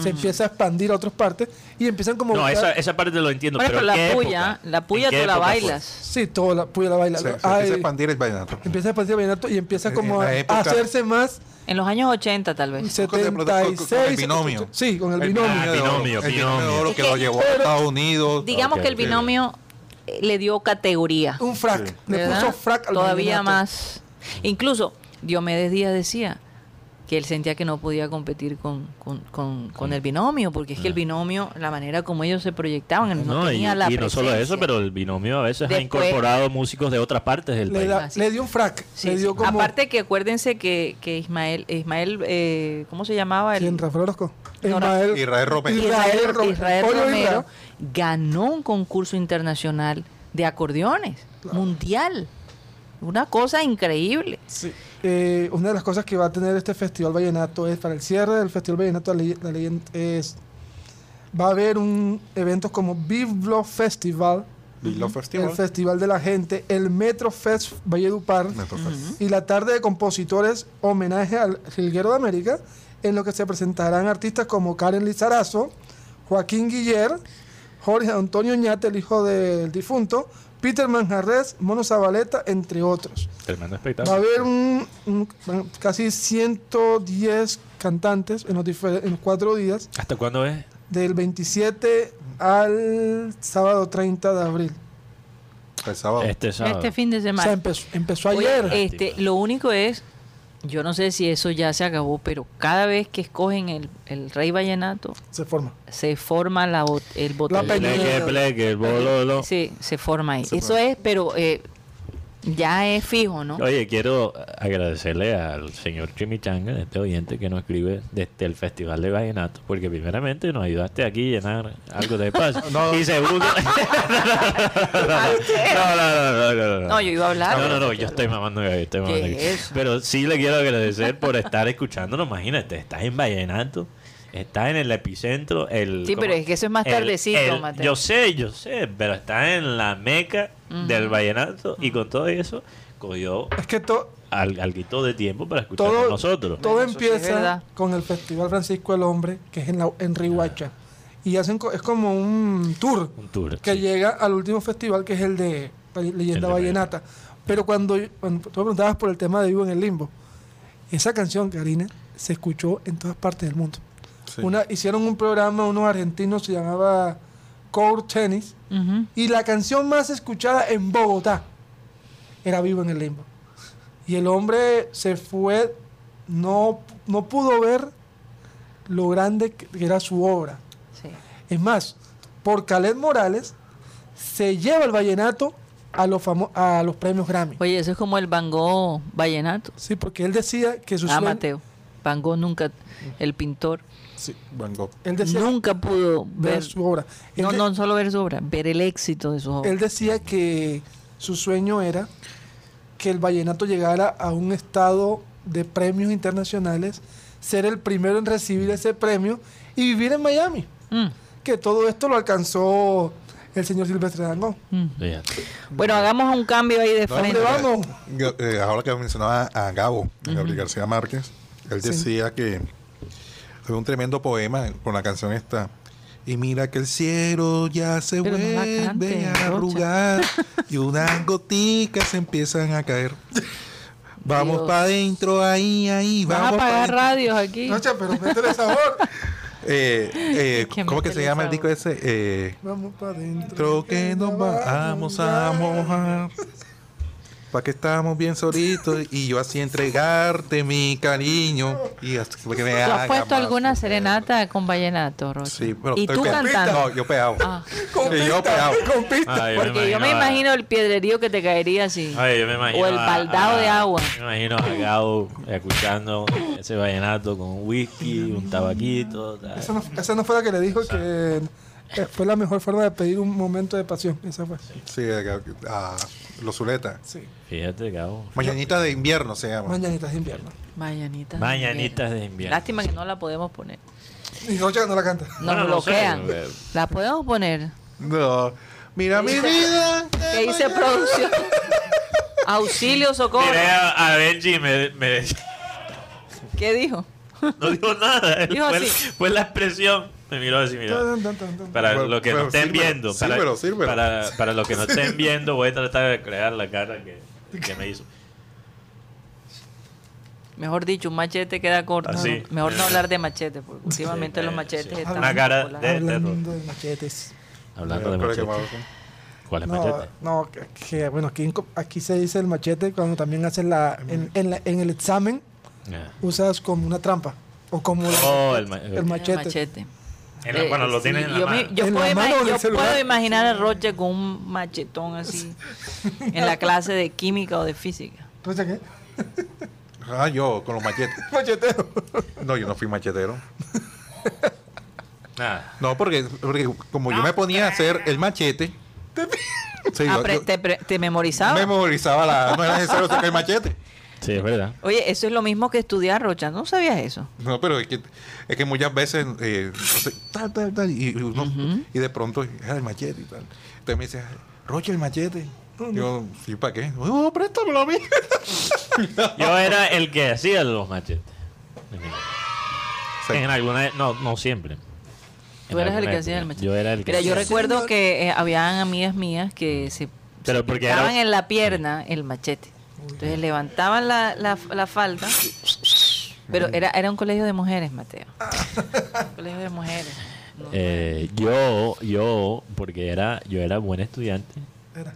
Speaker 5: se empieza a expandir a otras partes y empiezan como...
Speaker 3: No,
Speaker 5: a
Speaker 3: esa,
Speaker 5: buscar-
Speaker 3: esa parte lo entiendo,
Speaker 2: Bueno,
Speaker 3: pero
Speaker 2: pero
Speaker 3: ¿en
Speaker 2: la
Speaker 3: qué
Speaker 2: puya,
Speaker 3: época?
Speaker 2: la puya
Speaker 3: ¿En qué
Speaker 2: tú la
Speaker 3: época fue?
Speaker 2: bailas.
Speaker 5: Sí, todo la, pude la bailar.
Speaker 4: Se, se
Speaker 5: Ah,
Speaker 4: empieza a
Speaker 5: eh,
Speaker 4: expandir el vallenato.
Speaker 5: empieza a expandir el vallenato y empieza
Speaker 4: En- en
Speaker 5: como a
Speaker 4: la época-
Speaker 5: hacerse más
Speaker 2: En los años 80 tal vez.
Speaker 4: Con- con- con- con el
Speaker 5: 76...
Speaker 4: binomio.
Speaker 5: Sí, con el binomio.
Speaker 3: binomio.
Speaker 4: de oro,
Speaker 3: binomio,
Speaker 4: el binomio de
Speaker 3: binomio.
Speaker 4: oro
Speaker 2: Es
Speaker 4: que
Speaker 2: que-
Speaker 4: lo llevó a
Speaker 5: pero-
Speaker 4: Estados Unidos.
Speaker 2: Digamos
Speaker 3: Ok,
Speaker 2: que el
Speaker 3: ok.
Speaker 2: binomio eh, le dio categoría.
Speaker 5: Un frac.
Speaker 4: Sí.
Speaker 5: Le
Speaker 2: ¿verdad?
Speaker 5: puso frac al
Speaker 2: Todavía
Speaker 5: vallenato.
Speaker 2: más. Incluso Diomedes Díaz decía que él sentía que no podía competir con, con, con- con el binomio, porque es que el binomio, la manera como ellos se proyectaban, no,
Speaker 3: No, y,
Speaker 2: tenía la
Speaker 3: y no solo eso,
Speaker 2: presencia.
Speaker 3: pero el binomio a veces ha
Speaker 2: Después-
Speaker 3: incorporado músicos de otras partes del
Speaker 5: Le,
Speaker 3: país.
Speaker 5: da- le dio un frac.
Speaker 2: Sí,
Speaker 5: le dio
Speaker 2: sí.
Speaker 5: como...
Speaker 2: Aparte que acuérdense que, que Ismael, Ismael eh, ¿cómo se llamaba? El,
Speaker 5: ¿Quién? Rafael Orozco.
Speaker 2: No,
Speaker 5: Ismael.
Speaker 4: Israel Romero.
Speaker 5: Israel,
Speaker 2: Israel,
Speaker 5: Ro-
Speaker 2: Israel
Speaker 5: Pollo
Speaker 2: Romero
Speaker 5: Israel.
Speaker 2: ganó un concurso internacional de acordeones mundial. Una cosa increíble.
Speaker 5: Eh, una de las cosas que va a tener este Festival Vallenato es para el cierre del Festival Vallenato la ley- la ley es va a haber un eventos como Biblo Festival,
Speaker 4: Big Love Festival.
Speaker 5: el Festival de la Gente, el Metro Fest Valledupar
Speaker 4: Nuestro festival.
Speaker 5: y la tarde de compositores homenaje al Jilguero de América en lo que se presentarán artistas como Karen Lizarazo, Joaquín Guiller, Jorge Antonio Ñate, el hijo del difunto, Peter Manjarres, Mono Zabaleta, entre otros.
Speaker 3: Tremendo
Speaker 5: Va a
Speaker 3: espectáculo.
Speaker 5: haber un, un- van- casi 110 cantantes en los, difer- en los cuatro días,
Speaker 3: ¿Hasta cuándo es?
Speaker 5: del 27 al sábado 30 de abril.
Speaker 4: El
Speaker 5: Oh.
Speaker 4: sábado.
Speaker 3: Este sábado.
Speaker 2: Este fin de
Speaker 5: O
Speaker 2: semana.
Speaker 5: sea, empezó, empezó
Speaker 2: Oye,
Speaker 5: ayer.
Speaker 2: este, lo único es, yo no sé si eso ya se acabó, pero cada vez que escogen el, el Rey Vallenato,
Speaker 5: se forma.
Speaker 2: se forma la bot- el
Speaker 5: La
Speaker 2: botellón.
Speaker 5: peñonera.
Speaker 3: Pleque,
Speaker 2: Este
Speaker 3: pleque, el bololo.
Speaker 2: Sí, se forma ahí. eso es, pero eh, ya es fijo, ¿no?
Speaker 3: Oye, quiero agradecerle al señor Chimichanga, este oyente que nos escribe desde el Festival de Vallenato, porque primeramente nos ayudaste aquí a llenar algo de espacio.
Speaker 2: *laughs*
Speaker 3: Y segundo... *laughs* no, no, no, no, no, no, no.
Speaker 2: No, yo iba a hablar.
Speaker 3: No, no, no, yo estoy mamando gallo, estoy mamando
Speaker 2: ¿Qué es
Speaker 3: gallo.
Speaker 2: eso?
Speaker 3: Pero sí le quiero agradecer por estar escuchándonos, imagínate, estás en Vallenato. Estás en el epicentro, el...
Speaker 2: Sí,
Speaker 3: ¿cómo?
Speaker 2: pero es que eso es más
Speaker 3: El-
Speaker 2: tardecito,
Speaker 3: el-
Speaker 2: Mateo.
Speaker 3: Yo sé, yo sé, pero estás en la meca del vallenato y con todo eso cogió
Speaker 5: Es que to-
Speaker 3: al, alguito de tiempo para escuchar
Speaker 5: Todo-
Speaker 3: con nosotros.
Speaker 5: todo
Speaker 2: Bueno, eso sí es
Speaker 5: empieza
Speaker 2: verdad.
Speaker 5: con el Festival Francisco el Hombre, que es en, la, en Rihuacha. Y hacen, co- es como un tour.
Speaker 3: Un tour.
Speaker 5: que
Speaker 3: sí.
Speaker 5: llega al último festival que es el de la Leyenda
Speaker 3: El de
Speaker 5: Vallenata. Pero cuando, cuando tú me preguntabas por el tema de Vivo en el Limbo, esa canción, Karina, se escuchó en todas partes del mundo.
Speaker 4: Sí.
Speaker 5: Una, hicieron un programa, unos argentinos, se llamaba Court Tennis,
Speaker 2: Ujú.
Speaker 5: y la canción más escuchada en Bogotá era Vivo en el Limbo. Y el hombre se fue, no, no pudo ver lo grande que que era su obra.
Speaker 2: Sí.
Speaker 5: Es más, por Caled Morales se lleva el vallenato a los, famo- a los premios Grammy.
Speaker 2: Oye, eso es como el Van Gogh Vallenato.
Speaker 5: Sí, porque él decía que su
Speaker 2: Ah,
Speaker 5: sueño-
Speaker 2: Mateo. Van Gogh nunca, el pintor,
Speaker 4: Sí, Van Gogh.
Speaker 5: Él decía
Speaker 2: nunca pudo ver,
Speaker 5: ver su obra. Él,
Speaker 2: no,
Speaker 5: de-
Speaker 2: no solo ver su obra, ver el éxito de su obra.
Speaker 5: él decía que su sueño era que el vallenato llegara a un estado de premios internacionales, ser el primero en recibir ese premio y vivir en Miami.
Speaker 2: Mm.
Speaker 5: Que todo esto lo alcanzó el señor Silvestre Dangón.
Speaker 3: Fíjate.
Speaker 2: Bueno, hagamos un cambio ahí de
Speaker 4: No,
Speaker 2: frente.
Speaker 5: ¿Dónde vamos?
Speaker 4: Ga- eh, ahora que mencionaba a Gabo, a Gabriel García Márquez, él decía que fue un tremendo poema con la canción esta. Y mira que el cielo ya se
Speaker 2: Pero no la
Speaker 4: vuelve
Speaker 2: cante,
Speaker 4: a
Speaker 2: Rocha. *laughs*
Speaker 4: arrugar y unas goticas empiezan a caer. Vamos
Speaker 2: Dios.
Speaker 4: para adentro, ahí, ahí,
Speaker 2: Van a
Speaker 4: vamos. pa'
Speaker 2: apagar
Speaker 4: dentro.
Speaker 2: radios aquí.
Speaker 5: Noche, pero métele sabor.
Speaker 4: Eh,
Speaker 2: *laughs*
Speaker 4: eh,
Speaker 2: Es que
Speaker 4: ¿Cómo que se
Speaker 2: métele
Speaker 4: llama el
Speaker 2: sabor.
Speaker 4: disco ese? Eh,
Speaker 5: Vamos para adentro.
Speaker 4: Creo que nos vamos a mojar. Pa' que estamos bien solitos y yo así entregarte mi cariño y hasta que me
Speaker 2: ¿Tú
Speaker 4: hagas
Speaker 2: has puesto
Speaker 4: más. este,
Speaker 2: alguna serenata con vallenato, Rocha?
Speaker 4: Sí, pero
Speaker 2: Y
Speaker 4: estoy
Speaker 2: tú
Speaker 4: pegado.
Speaker 2: cantando.
Speaker 4: No, yo pegado.
Speaker 2: Ah.
Speaker 5: Con
Speaker 4: Y yo pegado.
Speaker 5: Con pista.
Speaker 3: Ay,
Speaker 2: Porque yo me imagino el piedrerío que te caería si
Speaker 3: Ay, yo me imagino
Speaker 2: o el
Speaker 3: a-
Speaker 2: baldado
Speaker 3: a-
Speaker 2: de agua.
Speaker 3: Me imagino a Gabo escuchando ese vallenato con un whisky, un tabaquito. tal.
Speaker 5: Esa no, esa no fue la que le dijo que eh, fue la mejor forma de pedir un momento de pasión. Esa fue.
Speaker 4: Sí, a, a los Zuleta.
Speaker 5: Sí.
Speaker 3: Fíjate, Gabo.
Speaker 4: Mañanita de invierno se llama.
Speaker 5: Mañanitas de invierno.
Speaker 2: Mañanitas. de
Speaker 3: Mañanitas
Speaker 2: invierno.
Speaker 3: de invierno.
Speaker 2: Lástima que no la podemos poner.
Speaker 5: Y Rocha no la canta.
Speaker 2: Nos
Speaker 3: Bueno, no sé,
Speaker 2: bloquean.
Speaker 3: eh,
Speaker 2: la podemos poner.
Speaker 4: No. Mira mi
Speaker 2: dice-
Speaker 4: vida.
Speaker 2: ¿Qué dice producción? Auxilio, socorro.
Speaker 3: Miré a, a Benji y me, me- *laughs*
Speaker 2: ¿Qué dijo?
Speaker 3: no dijo nada.
Speaker 2: Dijo
Speaker 3: fue,
Speaker 2: así.
Speaker 3: fue la expresión. Me miró así, miró.
Speaker 5: Tan, tan, tan, tan.
Speaker 3: Para
Speaker 4: Pero-
Speaker 3: lo que
Speaker 4: pero
Speaker 3: no estén
Speaker 4: sírvelo,
Speaker 3: viendo. Para,
Speaker 4: sírvelo, sírvelo.
Speaker 3: Para, para lo que no
Speaker 4: *laughs*
Speaker 3: estén viendo, voy a tratar de crear la cara que, que me hizo.
Speaker 2: Mejor dicho, un machete queda corto.
Speaker 3: Así.
Speaker 2: Mejor no hablar de machete, porque últimamente
Speaker 3: Sí,
Speaker 2: los
Speaker 3: eh,
Speaker 2: machetes
Speaker 3: sí.
Speaker 2: están.
Speaker 3: Una cara
Speaker 2: populares.
Speaker 3: de-
Speaker 5: Hablando de machetes.
Speaker 3: Hablando de
Speaker 4: Creo que
Speaker 3: machete.
Speaker 4: vamos.
Speaker 3: ¿Cuál es
Speaker 5: No,
Speaker 3: machete?
Speaker 5: no, que, que, bueno, aquí, en co- aquí se dice el machete cuando también haces la en, en la- en el examen
Speaker 3: Ah.
Speaker 5: usas como una trampa o como
Speaker 3: Oh, el, ma-
Speaker 5: el machete.
Speaker 2: El machete.
Speaker 3: en la- bueno, lo
Speaker 2: Eh,
Speaker 3: tienen
Speaker 2: sí,
Speaker 3: en
Speaker 2: yo
Speaker 3: la
Speaker 2: me-
Speaker 3: mano.
Speaker 2: yo
Speaker 5: ¿En la
Speaker 2: puedo,
Speaker 5: mano
Speaker 2: ima-
Speaker 5: o en el
Speaker 2: yo
Speaker 5: celular?
Speaker 2: puedo imaginar a Roche con un machetón
Speaker 5: *laughs*
Speaker 2: así en la clase de química o de física.
Speaker 5: Rocha, ¿qué?
Speaker 4: Ah, yo con los machetes.
Speaker 5: *laughs* Machetero.
Speaker 4: No, yo no fui machetero.
Speaker 3: Nada.
Speaker 4: No, porque, porque como yo me ponía a hacer el machete. Sí, yo-
Speaker 2: Apre-
Speaker 4: yo-
Speaker 2: te, Ah, pre- te memorizaba?
Speaker 4: memorizaba la. No era necesario sacar el machete.
Speaker 3: Sí, es verdad.
Speaker 2: Oye, eso es lo mismo que estudiar, Rocha. ¿No sabías eso?
Speaker 4: No, pero es que, es que muchas veces. eh, no sé, tal, tal, tal, y, y uno- y de pronto, "Ah, el machete y tal. Entonces me dice, Rocha, el machete. Yo, ¿y para qué? No, préstamelo a mí. *laughs*
Speaker 3: Yo era el que hacía los machetes. En alguna no, no siempre.
Speaker 2: Tú
Speaker 3: En
Speaker 2: eras el
Speaker 3: alguna
Speaker 2: que hacía
Speaker 3: época.
Speaker 2: el machete.
Speaker 3: Yo era el que
Speaker 2: Mira, yo
Speaker 3: hacía.
Speaker 2: recuerdo que eh, habían amigas mías que se,
Speaker 3: Pero
Speaker 2: se
Speaker 3: porque era-
Speaker 2: pintaban en la pierna el machete. Entonces levantaban la, la, la falda. Pero era, era un colegio de mujeres,
Speaker 5: *laughs*
Speaker 2: Mateo. Un colegio de mujeres. No.
Speaker 3: Eh, yo, yo, porque era, yo era buen estudiante,
Speaker 5: Era.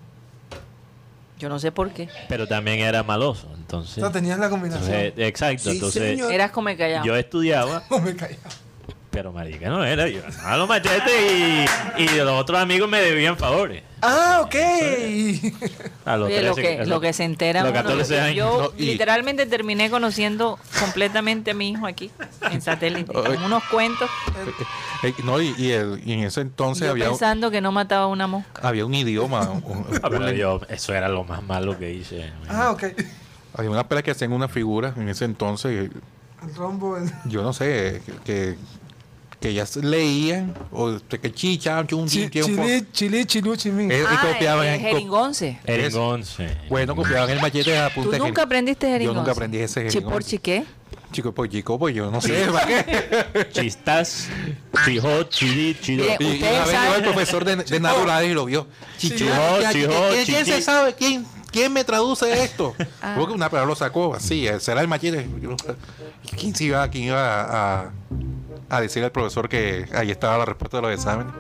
Speaker 2: Yo no sé por qué.
Speaker 3: pero también era maloso.
Speaker 5: O
Speaker 3: Entonces,
Speaker 5: sea, tenías la combinación.
Speaker 3: entonces, exacto. entonces,
Speaker 2: Eras come callado.
Speaker 3: yo estudiaba,
Speaker 5: No me callaba.
Speaker 3: pero marica no era. Yo ganaba los machetes y, y los otros amigos me debían favores.
Speaker 5: Ah, ok.
Speaker 3: A los
Speaker 2: Oye, lo,
Speaker 3: 13,
Speaker 2: que,
Speaker 3: a
Speaker 2: lo que se entera
Speaker 3: los
Speaker 2: uno,
Speaker 3: 14
Speaker 2: yo-
Speaker 3: años.
Speaker 2: Yo
Speaker 4: No, y-
Speaker 2: literalmente terminé conociendo completamente a mi hijo aquí en satélite. con unos cuentos.
Speaker 4: Eh, no, y, y el- y en ese
Speaker 2: y
Speaker 4: entonces
Speaker 2: yo
Speaker 4: había,
Speaker 2: pensando que no mataba una mosca.
Speaker 4: había un idioma. un-
Speaker 3: Ah, pero
Speaker 4: un-
Speaker 3: yo- eso era lo más malo que hice.
Speaker 5: Ah, *laughs* ok.
Speaker 4: había una pela que hacían una figura en ese entonces.
Speaker 5: El rombo. el-
Speaker 4: Yo no sé, que, que, que ellas leían, o que chicha, un
Speaker 5: Chi-
Speaker 4: tiempo.
Speaker 5: Chili, chili, chilu, chimín.
Speaker 4: Eh,
Speaker 2: Ah,
Speaker 4: y copiaban
Speaker 2: el
Speaker 4: en-
Speaker 2: jeringonce.
Speaker 3: Era
Speaker 4: Es-
Speaker 3: 11.
Speaker 4: Bueno, copiaban el machete a
Speaker 2: ¿Tú
Speaker 4: punta de
Speaker 2: nunca
Speaker 4: jeringonza.
Speaker 2: aprendiste jeringonce?
Speaker 4: Yo nunca aprendí ese jeringonce.
Speaker 2: ¿Chiporchi qué?
Speaker 4: Chico, pues chico, pues yo no sé.
Speaker 2: *laughs*
Speaker 4: ¿para qué?
Speaker 3: Chistas, chijo, chili, chido.
Speaker 2: Bien.
Speaker 4: Y, y
Speaker 2: Ustedes
Speaker 4: una vez llegó
Speaker 2: saben-
Speaker 4: el profesor de, de naturales y lo vio. Chicho,
Speaker 3: Chijo, chijo,
Speaker 4: ¿quién, quién se
Speaker 3: chichi.
Speaker 4: sabe? ¿Quién, quién me
Speaker 2: *laughs*
Speaker 4: traduce esto?
Speaker 2: Ah.
Speaker 4: Porque una palabra lo sacó así, eh, será el machete. Yo- ¿Quién se iba, quién iba a, a, a decirle al profesor que ahí estaba la respuesta de los exámenes?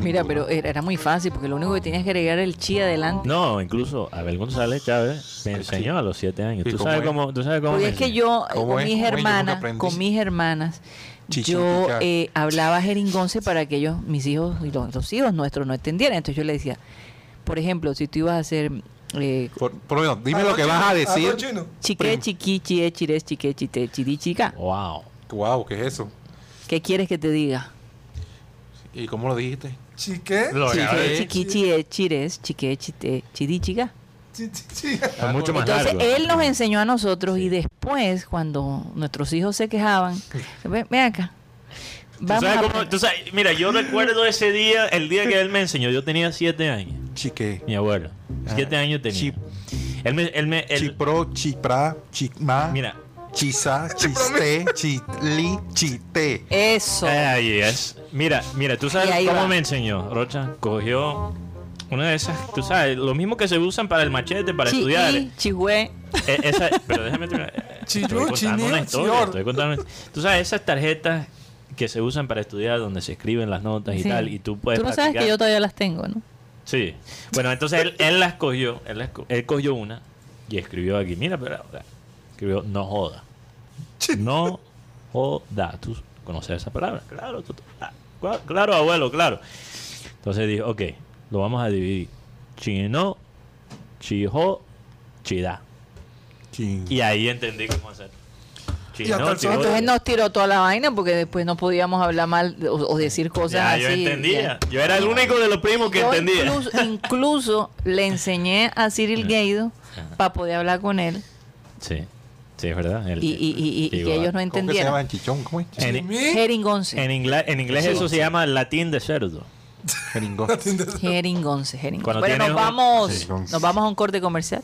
Speaker 2: Mira, pero era, era muy fácil porque lo único que tenías que agregar era el chi adelante.
Speaker 3: No, incluso Abel González Chávez me enseñó a los 7 años.
Speaker 4: ¿Y
Speaker 3: ¿Tú
Speaker 4: cómo
Speaker 3: sabes,
Speaker 4: es?
Speaker 3: cómo, ¿Tú sabes cómo?
Speaker 2: Porque
Speaker 3: me
Speaker 2: es que
Speaker 3: enseñó?
Speaker 2: yo, eh,
Speaker 4: ¿Cómo
Speaker 2: con
Speaker 4: es?
Speaker 2: mis
Speaker 4: ¿Cómo es? Yo nunca
Speaker 2: hermanas,
Speaker 4: aprendí.
Speaker 2: con mis hermanas,
Speaker 4: Chichi,
Speaker 2: yo
Speaker 4: chicha.
Speaker 2: eh, hablaba jeringonce para que ellos, mis hijos y los, los hijos nuestros no entendieran. Entonces yo le decía, por ejemplo, si tú ibas a hacer eh,
Speaker 4: Por, por lo menos, dime
Speaker 5: Arroz
Speaker 4: lo que
Speaker 5: chino,
Speaker 4: vas a
Speaker 5: arroz
Speaker 4: decir.
Speaker 5: chino.
Speaker 2: chique, chiqui, chie, chires, chique, chite, chiri, chica,
Speaker 3: Wow.
Speaker 4: Wow, ¿qué es eso?
Speaker 2: ¿qué quieres que te diga?
Speaker 4: ¿Y cómo lo dijiste?
Speaker 5: Chique.
Speaker 3: Lo
Speaker 4: Sí,
Speaker 3: grabé.
Speaker 4: sí.
Speaker 2: Chiqui, chie, chires, chique, chite, chiri, chica.
Speaker 5: Sí, sí, sí. *laughs*
Speaker 3: Es mucho más
Speaker 2: Entonces
Speaker 3: largo.
Speaker 2: él nos enseñó a nosotros y después cuando nuestros hijos se quejaban, ven, ven acá.
Speaker 3: ¿Tú
Speaker 2: Vamos
Speaker 3: sabes
Speaker 2: a-
Speaker 3: cómo- tú sabes- mira, yo recuerdo ese día, el día que él me enseñó. Yo tenía siete años.
Speaker 4: Chique.
Speaker 3: Mi abuelo. Siete
Speaker 4: Ah,
Speaker 3: años tenía.
Speaker 4: chip.
Speaker 3: Él me, él me, él-
Speaker 4: Chipro, chipra, chicma.
Speaker 3: Mira.
Speaker 4: Chisa, chiste, chitli, chite.
Speaker 2: Eso.
Speaker 4: Ah,
Speaker 3: Ahí es. Mira, mira, tú sabes
Speaker 2: Y ahí
Speaker 3: cómo
Speaker 2: va.
Speaker 3: me enseñó, Rocha. Cogió una de esas, tú sabes, lo mismo que se usan para el machete, para
Speaker 2: Chi-
Speaker 3: estudiar.
Speaker 2: y, chihue.
Speaker 3: E- esa- pero déjame terminar.
Speaker 5: Chiyu,
Speaker 3: Estoy contando
Speaker 5: chineo,
Speaker 3: una historia,
Speaker 5: chior.
Speaker 3: estoy contando una- Tú sabes, esas tarjetas que se usan para estudiar, donde se escriben las notas y
Speaker 2: Sí.
Speaker 3: tal, y tú puedes
Speaker 2: no sabes que
Speaker 3: practicar.
Speaker 2: yo todavía las tengo, ¿no?
Speaker 3: Sí. Bueno, entonces él, él las cogió, él, las co- él cogió una y escribió aquí, mira, pero escribió no joda. No joda. Tú conoces esa palabra. Claro, tú- tú- ah, cua- claro, abuelo, claro. Entonces dijo, ok, lo vamos a dividir. Chino, chijo, chida. Y ahí entendí cómo hacerlo.
Speaker 5: Y hasta el sol-
Speaker 2: Entonces nos tiró toda la vaina porque después no podíamos hablar mal o, o decir cosas
Speaker 3: Ya,
Speaker 2: así.
Speaker 3: yo entendía.
Speaker 2: ya.
Speaker 3: Yo era el único de los primos que
Speaker 2: Yo
Speaker 3: entendía.
Speaker 2: Incluso, incluso le enseñé a Cyril Gaido para poder hablar con él
Speaker 3: Sí, sí, es verdad.
Speaker 2: y, y- y- y- y ellos no
Speaker 4: ¿Cómo que se
Speaker 2: entendieron.
Speaker 4: llama chichón? ¿Cómo es?
Speaker 3: entendían.
Speaker 2: Jeringonce.
Speaker 3: En, ingla- en inglés
Speaker 2: Sí.
Speaker 3: eso se llama latín de cerdo.
Speaker 4: Jeringo.
Speaker 2: Jeringonce, jeringonce.
Speaker 3: Cuando
Speaker 2: Bueno,
Speaker 3: tienes
Speaker 2: nos
Speaker 3: un-
Speaker 2: vamos,
Speaker 4: Jeringonce.
Speaker 2: nos vamos a un corte comercial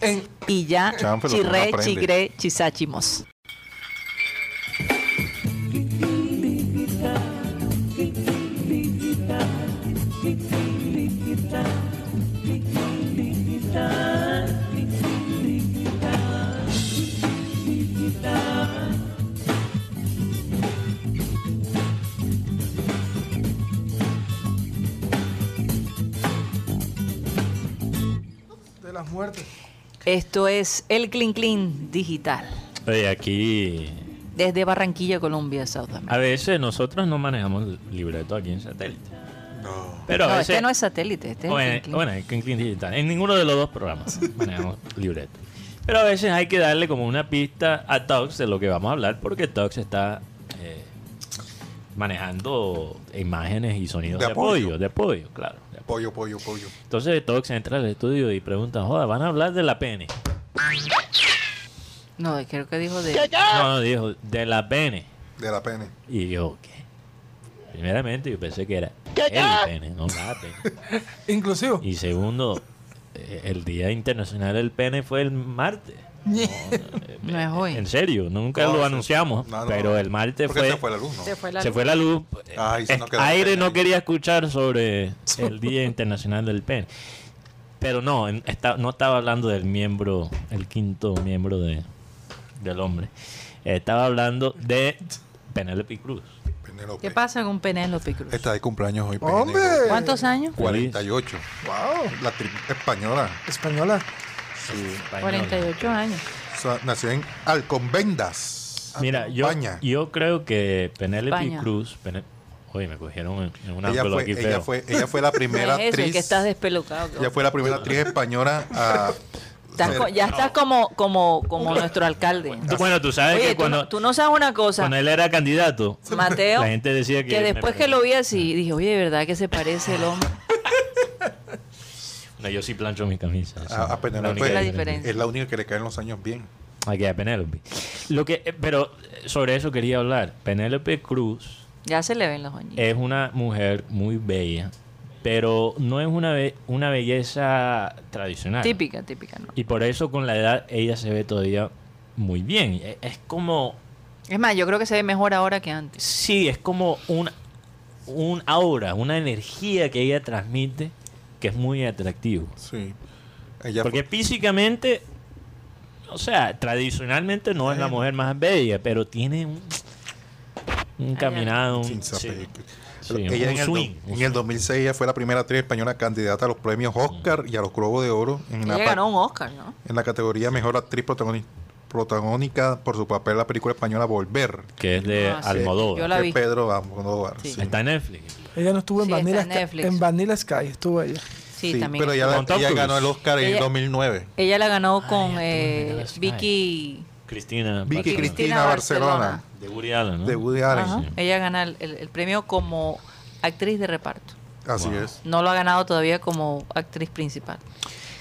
Speaker 5: En-
Speaker 2: y ya
Speaker 4: Chaval, pero tú no
Speaker 2: chirré,
Speaker 4: aprendes.
Speaker 2: chigré, chisachimos.
Speaker 5: de las muertes.
Speaker 2: Esto es el Clean Clean Digital.
Speaker 3: Oye, aquí
Speaker 2: Desde Barranquilla, Colombia, South America.
Speaker 3: a veces nosotros no manejamos libreto aquí en satélite.
Speaker 4: No.
Speaker 3: Pero a
Speaker 2: no,
Speaker 3: veces
Speaker 2: este no es satélite, este es
Speaker 3: o
Speaker 2: el
Speaker 3: en,
Speaker 2: Clean Clean.
Speaker 3: bueno, en Clean Clean Digital, en ninguno de los dos
Speaker 2: *laughs*
Speaker 3: programas manejamos libreto. Pero a veces hay que darle como una pista a Tox de lo que vamos a hablar porque Tox está eh, manejando imágenes y sonidos de,
Speaker 4: De
Speaker 3: apoyo.
Speaker 4: apoyo.
Speaker 3: de apoyo, claro. de apoyo.
Speaker 4: Pollo, pollo, pollo.
Speaker 3: Entonces Tox entra al estudio y pregunta, joda, ¿van a hablar de la pene?
Speaker 2: No, creo que dijo de...
Speaker 3: No, no, dijo, de la pene.
Speaker 4: De la pene.
Speaker 3: Y yo, ¿qué? Primeramente, yo pensé que era el pene, no la pene.
Speaker 5: Inclusivo.
Speaker 3: Y segundo, eh, el Día Internacional del Pene fue el martes. No, eh,
Speaker 2: No es hoy.
Speaker 3: En serio, nunca
Speaker 4: No,
Speaker 3: lo
Speaker 4: sí.
Speaker 3: anunciamos,
Speaker 4: No, no,
Speaker 3: pero
Speaker 4: no.
Speaker 3: el martes
Speaker 4: Porque
Speaker 3: fue,
Speaker 4: se fue la luz, ¿no?
Speaker 2: Se fue la
Speaker 3: se
Speaker 2: luz.
Speaker 3: fue la luz.
Speaker 4: Ay, se
Speaker 3: Es-
Speaker 4: nos quedó
Speaker 3: aire
Speaker 4: pena
Speaker 3: no
Speaker 4: ahí.
Speaker 3: quería escuchar sobre el Día Internacional del Pene. Pero no, en- está- no estaba hablando del miembro, el quinto miembro de, del hombre. Estaba hablando de Penélope Cruz.
Speaker 4: Penélope.
Speaker 2: ¿Qué pasa con Penélope Cruz?
Speaker 4: Está de cumpleaños hoy,
Speaker 5: ¡Hombre!
Speaker 4: Penélope.
Speaker 2: ¿Cuántos años?
Speaker 4: 48.
Speaker 5: ¡Wow!
Speaker 4: La tri- española.
Speaker 5: Española.
Speaker 3: Española.
Speaker 2: 48 años.
Speaker 4: O sea, nació en Alconvendas.
Speaker 3: Mira, yo,
Speaker 4: España.
Speaker 3: yo creo que Penélope
Speaker 2: España.
Speaker 3: Cruz. Pene- Oye, me cogieron en- en un
Speaker 4: ella,
Speaker 3: ángulo
Speaker 4: fue,
Speaker 3: aquí
Speaker 4: ella,
Speaker 3: feo.
Speaker 4: fue, ella
Speaker 2: *laughs*
Speaker 4: fue la primera
Speaker 2: No es eso, es
Speaker 4: actriz.
Speaker 2: que estás despelocado. que-
Speaker 4: Ella fue la primera actriz española a.
Speaker 2: Estás
Speaker 4: ser-
Speaker 2: co- ya estás como, como, como nuestro alcalde.
Speaker 3: Tú- Bueno, tú sabes
Speaker 2: Oye,
Speaker 3: que
Speaker 2: tú,
Speaker 3: cuando,
Speaker 2: no, tú no sabes una cosa,
Speaker 3: cuando él era candidato,
Speaker 2: Mateo,
Speaker 3: la gente decía que.
Speaker 2: que después
Speaker 3: me-
Speaker 2: que lo vi así, dije, oye, de verdad que se parece el hombre.
Speaker 3: No, yo sí plancho mis camisas.
Speaker 4: Ah, A, a Penélope.
Speaker 2: única diferencia.
Speaker 4: Es la única que le caen los años bien.
Speaker 3: Aquí a Penélope. Lo que, eh, pero eh, sobre eso quería hablar. Penélope Cruz
Speaker 2: Ya se le ven los oñitos.
Speaker 3: es una mujer muy bella, pero no es una, be- una belleza tradicional.
Speaker 2: Típica, típica, ¿no?
Speaker 3: Y por eso con la edad ella se ve todavía muy bien. E- Es como,
Speaker 2: Es más, yo creo que se ve mejor ahora que antes.
Speaker 3: sí, es como un, un aura, una energía que ella transmite que es muy atractivo.
Speaker 4: Sí. Ella
Speaker 3: Porque físicamente, o sea, tradicionalmente no es la mujer más bella, pero tiene un, un caminado, un,
Speaker 4: Sin
Speaker 3: sí,
Speaker 4: saber.
Speaker 3: sí,
Speaker 4: Ella
Speaker 3: un
Speaker 4: en, el do-
Speaker 3: swing.
Speaker 4: en el 2006 ella fue la primera actriz española candidata a los premios Oscar y a los Globos de Oro en la,
Speaker 2: Ella
Speaker 4: pa-
Speaker 2: ganó un Oscar, ¿no?
Speaker 4: en la categoría Mejor Actriz protagoni- Protagónica por su papel en la película española Volver.
Speaker 3: que es de
Speaker 2: Ah, sí. Yo
Speaker 3: Almodóvar.
Speaker 2: la
Speaker 4: de
Speaker 2: vi.
Speaker 4: Pedro Almodóvar.
Speaker 2: Sí.
Speaker 4: sí.
Speaker 3: Está en Netflix.
Speaker 5: Ella no estuvo en
Speaker 2: Sí, está
Speaker 5: Vanilla
Speaker 2: en
Speaker 5: Sky.
Speaker 2: Netflix.
Speaker 5: En Vanilla Sky estuvo ella.
Speaker 2: Sí,
Speaker 4: Sí,
Speaker 2: también.
Speaker 4: pero
Speaker 2: ella,
Speaker 4: ella,
Speaker 3: Con Tom
Speaker 4: ella
Speaker 3: Cruise.
Speaker 4: ganó el Oscar en
Speaker 2: Ella-
Speaker 4: 2009.
Speaker 2: la ganó con
Speaker 3: ya
Speaker 2: eh,
Speaker 3: tú me regalas-
Speaker 2: Vicky,
Speaker 3: Cristina.
Speaker 4: Vicky
Speaker 3: Barcelona.
Speaker 4: Cristina Barcelona,
Speaker 3: De Woody Allen, ¿no?
Speaker 4: de Woody Allen.
Speaker 2: Ajá. Ella gana el, el- el premio como actriz de reparto.
Speaker 4: Así es.
Speaker 2: No lo ha ganado todavía como actriz principal.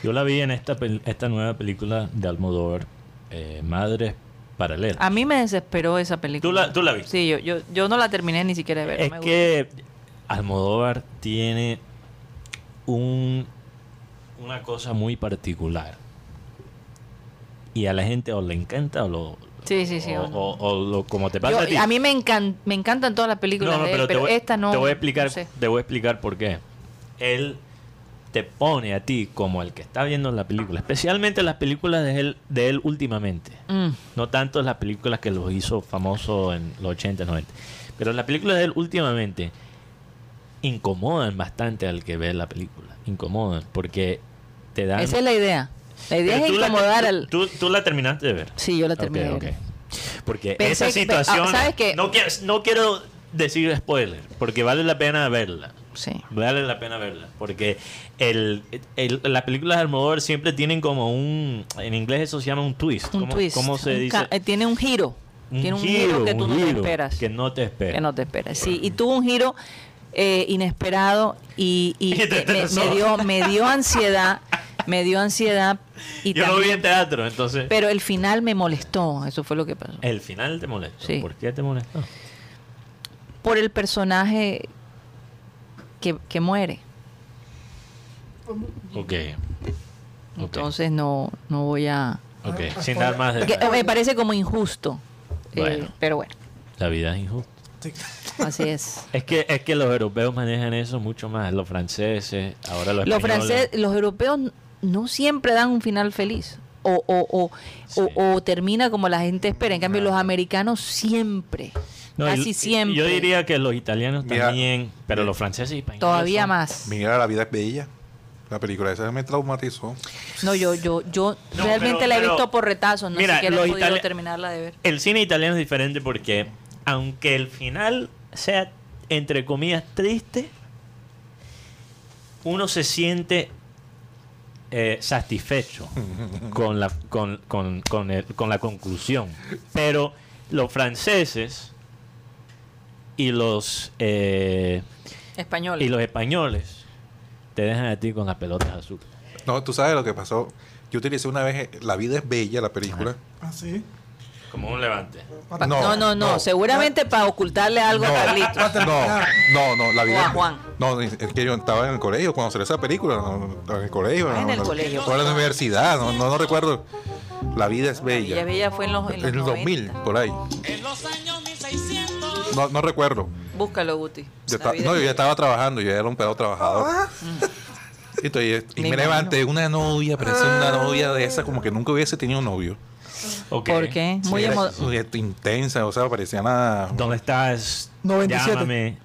Speaker 3: Yo la vi en esta, pel- esta nueva película de Almodóvar, eh, Madres Paralelas.
Speaker 2: A mí me desesperó esa película.
Speaker 3: ¿Tú la- tú la viste?
Speaker 2: Sí, yo, yo, yo no la terminé ni siquiera de ver. no
Speaker 3: es
Speaker 2: me gustó.
Speaker 3: que Almodóvar tiene un, una cosa muy particular. Y a la gente o le encanta o lo...
Speaker 2: Sí, sí, sí,
Speaker 3: O,
Speaker 2: bueno.
Speaker 3: o- o lo- como te Oh, pasa
Speaker 2: Yo-
Speaker 3: a ti.
Speaker 2: a mí me, encan- me encantan todas las películas
Speaker 3: No, no,
Speaker 2: de
Speaker 3: pero,
Speaker 2: él,
Speaker 3: te
Speaker 2: pero
Speaker 3: voy-
Speaker 2: esta no.
Speaker 3: Te voy a explicar,
Speaker 2: no sé.
Speaker 3: te voy a explicar por qué. Él te pone a ti como el que está viendo la película, especialmente las películas de él, de él últimamente.
Speaker 2: Mm,
Speaker 3: No tanto las películas que los hizo famoso en los 80, 90. Pero las películas de él últimamente incomodan bastante al que ve la película. Incomodan porque te dan...
Speaker 2: Esa es la idea. La
Speaker 3: Pero
Speaker 2: idea es
Speaker 3: tú la-
Speaker 2: incomodar
Speaker 3: tú-
Speaker 2: al.
Speaker 3: Tú, tú la terminaste de ver.
Speaker 2: Sí, yo la terminé.
Speaker 3: Ok,
Speaker 2: de ver.
Speaker 3: ok. Porque
Speaker 2: Pensé
Speaker 3: esa
Speaker 2: que- pe- ah,
Speaker 3: situación.
Speaker 2: ¿sabes qué?
Speaker 3: No, quiero, no quiero decir spoiler, porque vale la pena verla.
Speaker 2: Sí.
Speaker 3: Vale la pena verla. Porque el, el- las películas de Almodóvar siempre tienen como un. En inglés eso se llama un twist.
Speaker 2: Un
Speaker 3: ¿Cómo,
Speaker 2: twist.
Speaker 3: cómo se
Speaker 2: un
Speaker 3: dice?
Speaker 2: ca- eh, tiene un giro. tiene un giro, que
Speaker 3: un
Speaker 2: tú no te
Speaker 3: giro
Speaker 2: esperas.
Speaker 3: Que no te esperas.
Speaker 2: que no te esperas. Sí, y tuvo un giro eh, inesperado y, y
Speaker 3: *laughs* Y te
Speaker 2: me- me,
Speaker 3: estresó.
Speaker 2: dio, me dio ansiedad, me dio ansiedad. Y
Speaker 3: Yo lo vi
Speaker 2: también-
Speaker 3: en teatro, entonces.
Speaker 2: pero el final me molestó, eso fue lo que pasó.
Speaker 3: el final te molestó.
Speaker 2: Sí. Ah.
Speaker 3: ¿Por qué te molestó?
Speaker 2: Por el personaje que, que muere.
Speaker 3: Ok. Ok.
Speaker 2: Entonces no, no voy
Speaker 3: *laughs*
Speaker 2: a...
Speaker 3: Ok. Sin dar más
Speaker 2: Ah. que
Speaker 3: de.
Speaker 2: me parece como injusto. Eh,
Speaker 3: Bueno.
Speaker 2: pero bueno,
Speaker 3: La vida es injusta.
Speaker 2: así es.
Speaker 3: Es que, es que los europeos manejan eso mucho más. Los franceses, ahora los,
Speaker 2: los
Speaker 3: españoles.
Speaker 2: franceses, los europeos no siempre dan un final feliz o, o, o,
Speaker 3: Sí.
Speaker 2: o- o termina como la gente espera. En cambio, los americanos siempre,
Speaker 3: No, y-
Speaker 2: casi
Speaker 3: y-
Speaker 2: siempre,
Speaker 3: Yo diría que los italianos
Speaker 4: Mira,
Speaker 3: también, pero los franceses y españoles.
Speaker 2: todavía
Speaker 3: son-
Speaker 2: más.
Speaker 4: Mira, la vida es bella. La película esa me traumatizó.
Speaker 2: No, yo, yo, yo
Speaker 3: No,
Speaker 2: realmente
Speaker 3: pero-
Speaker 2: la he
Speaker 3: pero-
Speaker 2: visto por retazos, no
Speaker 3: Mira,
Speaker 2: siquiera
Speaker 3: los
Speaker 2: he podido
Speaker 3: itali-
Speaker 2: terminarla de ver.
Speaker 3: El cine italiano es diferente porque, aunque el final sea, entre comillas, triste, uno se siente eh, satisfecho con la, con, con- con el- con la conclusión. Pero los franceses y los. eh,
Speaker 2: Español.
Speaker 3: Y los españoles te dejan a ti con las pelotas azules.
Speaker 4: No, tú sabes lo que pasó. Yo utilicé una vez eh, La vida es bella, la película.
Speaker 5: Ah, sí.
Speaker 3: Como un levante.
Speaker 2: Pa- no, no, no, seguramente para ocultarle algo a Carlitos.
Speaker 4: *laughs* No, no, no, la vida.
Speaker 2: O a Juan.
Speaker 4: No, es que yo estaba en el colegio cuando salió esa película. no, en el colegio.
Speaker 2: Ah, en
Speaker 4: no,
Speaker 2: el
Speaker 4: no,
Speaker 2: colegio.
Speaker 4: Fue en la universidad, no, no, no recuerdo. La vida es
Speaker 2: Villa
Speaker 4: bella.
Speaker 2: Bella fue en los, en
Speaker 4: En
Speaker 2: los
Speaker 4: el 2000,
Speaker 2: 90.
Speaker 4: por ahí. No, no recuerdo.
Speaker 2: Búscalo, Guti.
Speaker 4: Yo
Speaker 2: La
Speaker 4: estaba-
Speaker 2: vida
Speaker 4: no,
Speaker 2: es
Speaker 4: yo ya
Speaker 2: bella.
Speaker 4: estaba trabajando, yo ya era un pedo
Speaker 5: Ah.
Speaker 4: trabajador. Y, estoy- y
Speaker 2: Me
Speaker 4: me,
Speaker 2: imagino.
Speaker 4: levanté una novia, pero es una
Speaker 5: Ah.
Speaker 4: novia de esa como que nunca hubiese tenido novio.
Speaker 2: ¿Por qué? Muy
Speaker 4: Era-
Speaker 2: emo-
Speaker 4: era intensa, o sea, parecía nada.
Speaker 3: ¿Dónde estás?
Speaker 5: 97.
Speaker 3: Llámame.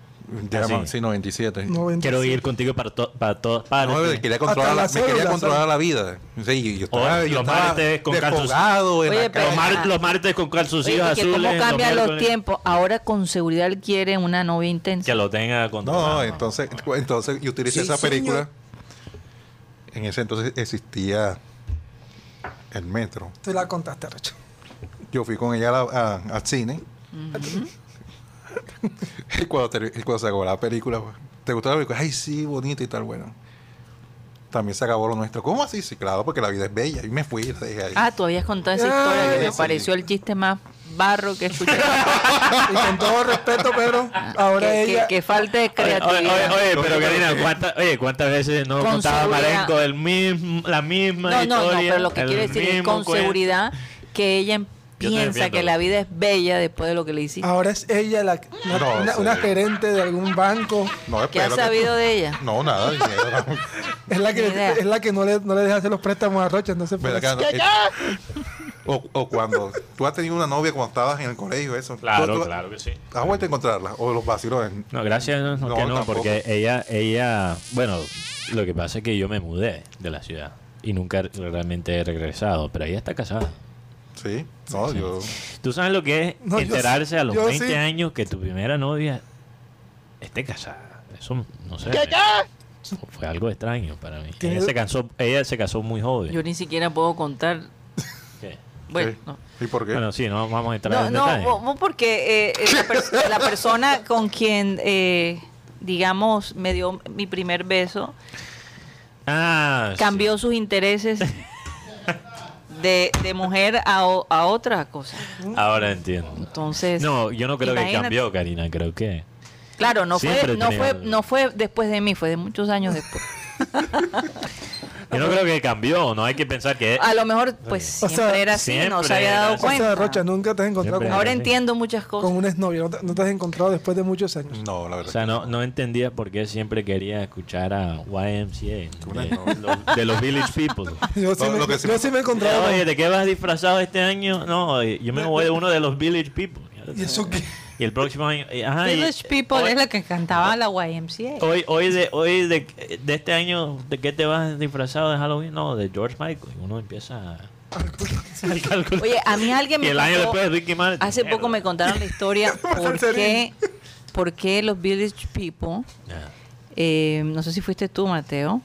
Speaker 4: Ya,
Speaker 3: Así.
Speaker 4: ma- sí, 97.
Speaker 5: No, ven-
Speaker 3: Quiero ir contigo para, to- para este, todas partes.
Speaker 4: No, me quería controlar,
Speaker 5: Hasta
Speaker 4: la,
Speaker 5: la
Speaker 4: me quería
Speaker 5: célula,
Speaker 4: controlar
Speaker 5: ¿sabes?
Speaker 4: la vida. Sí, yo estaba,
Speaker 3: Oye,
Speaker 4: yo
Speaker 3: los
Speaker 4: estaba
Speaker 3: martes con calzos-
Speaker 4: desfogado en
Speaker 2: Oye,
Speaker 4: la
Speaker 2: pero-
Speaker 3: los, *laughs*
Speaker 4: calle.
Speaker 3: mar- los martes con
Speaker 2: Oye,
Speaker 3: calzoncillos
Speaker 2: que
Speaker 3: azules.
Speaker 2: cómo cambian los
Speaker 3: miércoles.
Speaker 2: tiempos. Ahora con seguridad él quiere una novia
Speaker 3: Que
Speaker 2: intensa.
Speaker 3: lo tenga controlado.
Speaker 4: No, entonces, entonces yo utilicé
Speaker 5: Sí,
Speaker 4: esa
Speaker 5: señor.
Speaker 4: película. En ese entonces existía el metro.
Speaker 5: Te la contaste, Recho.
Speaker 4: Yo fui con ella a la- a- al cine. y, cuando ter- y cuando se acabó la película, pues, ¿te gustó la película? Ay, sí, bonita y tal, bueno. También se acabó lo nuestro. ¿Cómo así? Sí, claro, porque la vida es bella. Y me fui. la dejé ahí.
Speaker 2: Ah, tú habías contado esa historia que me
Speaker 4: sí.
Speaker 2: pareció el chiste más barro que escuché.
Speaker 5: Y
Speaker 4: *laughs*
Speaker 5: con todo respeto, Pedro,
Speaker 2: Ah,
Speaker 5: ahora
Speaker 2: que,
Speaker 5: ella.
Speaker 2: que- que falta de
Speaker 3: Oye, oye,
Speaker 2: creatividad.
Speaker 3: oye, oye, pero
Speaker 4: Oye,
Speaker 3: Karina,
Speaker 4: pero-
Speaker 3: ¿cuánta- oye, ¿cuántas veces no
Speaker 2: Con
Speaker 3: contaba
Speaker 2: seguridad.
Speaker 3: Marenco el mismo, la misma
Speaker 2: No, no, no,
Speaker 3: historia?
Speaker 2: pero lo que
Speaker 3: el
Speaker 2: quiero decir es
Speaker 3: mismo
Speaker 2: con
Speaker 3: cuento?
Speaker 2: seguridad que ella
Speaker 3: Yo te
Speaker 2: piensa
Speaker 3: defiendo.
Speaker 2: que la vida es bella después de lo que le hiciste.
Speaker 5: Ahora es ella la, una,
Speaker 4: No,
Speaker 5: una-
Speaker 4: sí.
Speaker 5: una gerente de algún banco.
Speaker 4: No,
Speaker 2: ¿Qué has
Speaker 4: espero que-
Speaker 2: sabido de ella?
Speaker 4: No,
Speaker 2: *laughs*
Speaker 4: nada. ni idea.
Speaker 5: Es la que,
Speaker 2: Ni idea.
Speaker 5: es la que no, le, no le deja hacer los préstamos a Rocha. Entonces,
Speaker 4: Mira,
Speaker 5: por eso-
Speaker 4: acá, eh, o, o cuando tú has tenido una novia cuando estabas en el colegio, eso. Tú-
Speaker 3: Claro,
Speaker 4: tú-
Speaker 3: claro que sí.
Speaker 4: ¿Has vuelto a encontrarla? O los vacilones.
Speaker 3: No, gracias, no, no,
Speaker 4: No,
Speaker 3: que no,
Speaker 4: tampoco.
Speaker 3: porque ella, ella, bueno, lo que pasa es que yo me mudé de la ciudad y nunca realmente he regresado, pero ella está casada.
Speaker 4: Sí. No, yo.
Speaker 3: ¿Tú sabes lo que es
Speaker 5: No, yo
Speaker 3: enterarse
Speaker 5: sí,
Speaker 3: a los
Speaker 5: yo
Speaker 3: 20
Speaker 5: sí.
Speaker 3: años que tu primera novia esté casada? Eso, no sé. me- Fue algo extraño para mí.
Speaker 5: ¿Qué?
Speaker 3: Ella se, casó, ella se casó muy joven.
Speaker 2: Yo ni siquiera puedo contar.
Speaker 3: ¿Qué?
Speaker 2: Bueno,
Speaker 4: sí.
Speaker 2: no.
Speaker 4: ¿Y por qué?
Speaker 3: Bueno, sí, no vamos a entrar
Speaker 2: No,
Speaker 3: en
Speaker 2: no,
Speaker 3: detalle.
Speaker 2: vos- vos porque eh, eh, la, pers- la persona con quien, eh, digamos, me dio mi primer beso,
Speaker 3: Ah,
Speaker 2: Cambió sus
Speaker 3: *laughs*
Speaker 2: intereses de, de mujer a, o- a otra cosa.
Speaker 3: sí. Ahora entiendo.
Speaker 2: Entonces,
Speaker 3: No, yo no creo que
Speaker 2: imagínate.
Speaker 3: cambió, Karina, creo que.
Speaker 2: claro, no
Speaker 3: Siempre
Speaker 2: fue, no,
Speaker 3: tenía
Speaker 2: fue,
Speaker 3: algo.
Speaker 2: no fue después de mí, fue de muchos años después.
Speaker 3: Yo no creo que cambió, no hay que pensar que.
Speaker 2: A lo mejor, pues
Speaker 5: O
Speaker 2: siempre
Speaker 5: sea,
Speaker 2: era así, no se
Speaker 3: Eh, siempre
Speaker 2: había
Speaker 3: era
Speaker 2: dado
Speaker 3: así.
Speaker 5: O sea,
Speaker 2: cuenta.
Speaker 5: Rocha, nunca te has encontrado con,
Speaker 3: Siempre.
Speaker 2: Ahora entiendo muchas cosas.
Speaker 5: con un exnovio. No te, no te has encontrado después de muchos años.
Speaker 4: No, la
Speaker 3: O
Speaker 4: verdad.
Speaker 3: sea, no, no entendía por qué siempre quería escuchar a YMCA de,
Speaker 4: Una
Speaker 3: los, de los Village People.
Speaker 5: Yo sí,
Speaker 4: No,
Speaker 5: me,
Speaker 4: lo que sí
Speaker 5: yo
Speaker 4: me-
Speaker 5: sí me he encontrado.
Speaker 3: Oye, ¿de qué vas disfrazado este año? No, yo me voy de uno de los Village People.
Speaker 5: ¿Y eso
Speaker 4: *laughs*
Speaker 5: qué?
Speaker 3: Y el próximo año. eh, ajá, y-
Speaker 6: Village People
Speaker 3: hoy,
Speaker 6: es la que cantaba la YMCA.
Speaker 3: hoy, hoy de, hoy de, de este año, ¿de qué te vas disfrazado de Halloween? No, de George Michael. Y uno empieza a. *laughs* al cálculo.
Speaker 2: Oye, a mí alguien
Speaker 3: *laughs* Y
Speaker 2: me
Speaker 3: el año
Speaker 2: contó-
Speaker 3: después, Ricky Martin.
Speaker 2: hace poco me
Speaker 3: Mierda.
Speaker 2: contaron la
Speaker 5: *laughs*
Speaker 2: historia por qué, por qué los Village People,
Speaker 3: Ah,
Speaker 2: eh, no sé si fuiste tú, Mateo,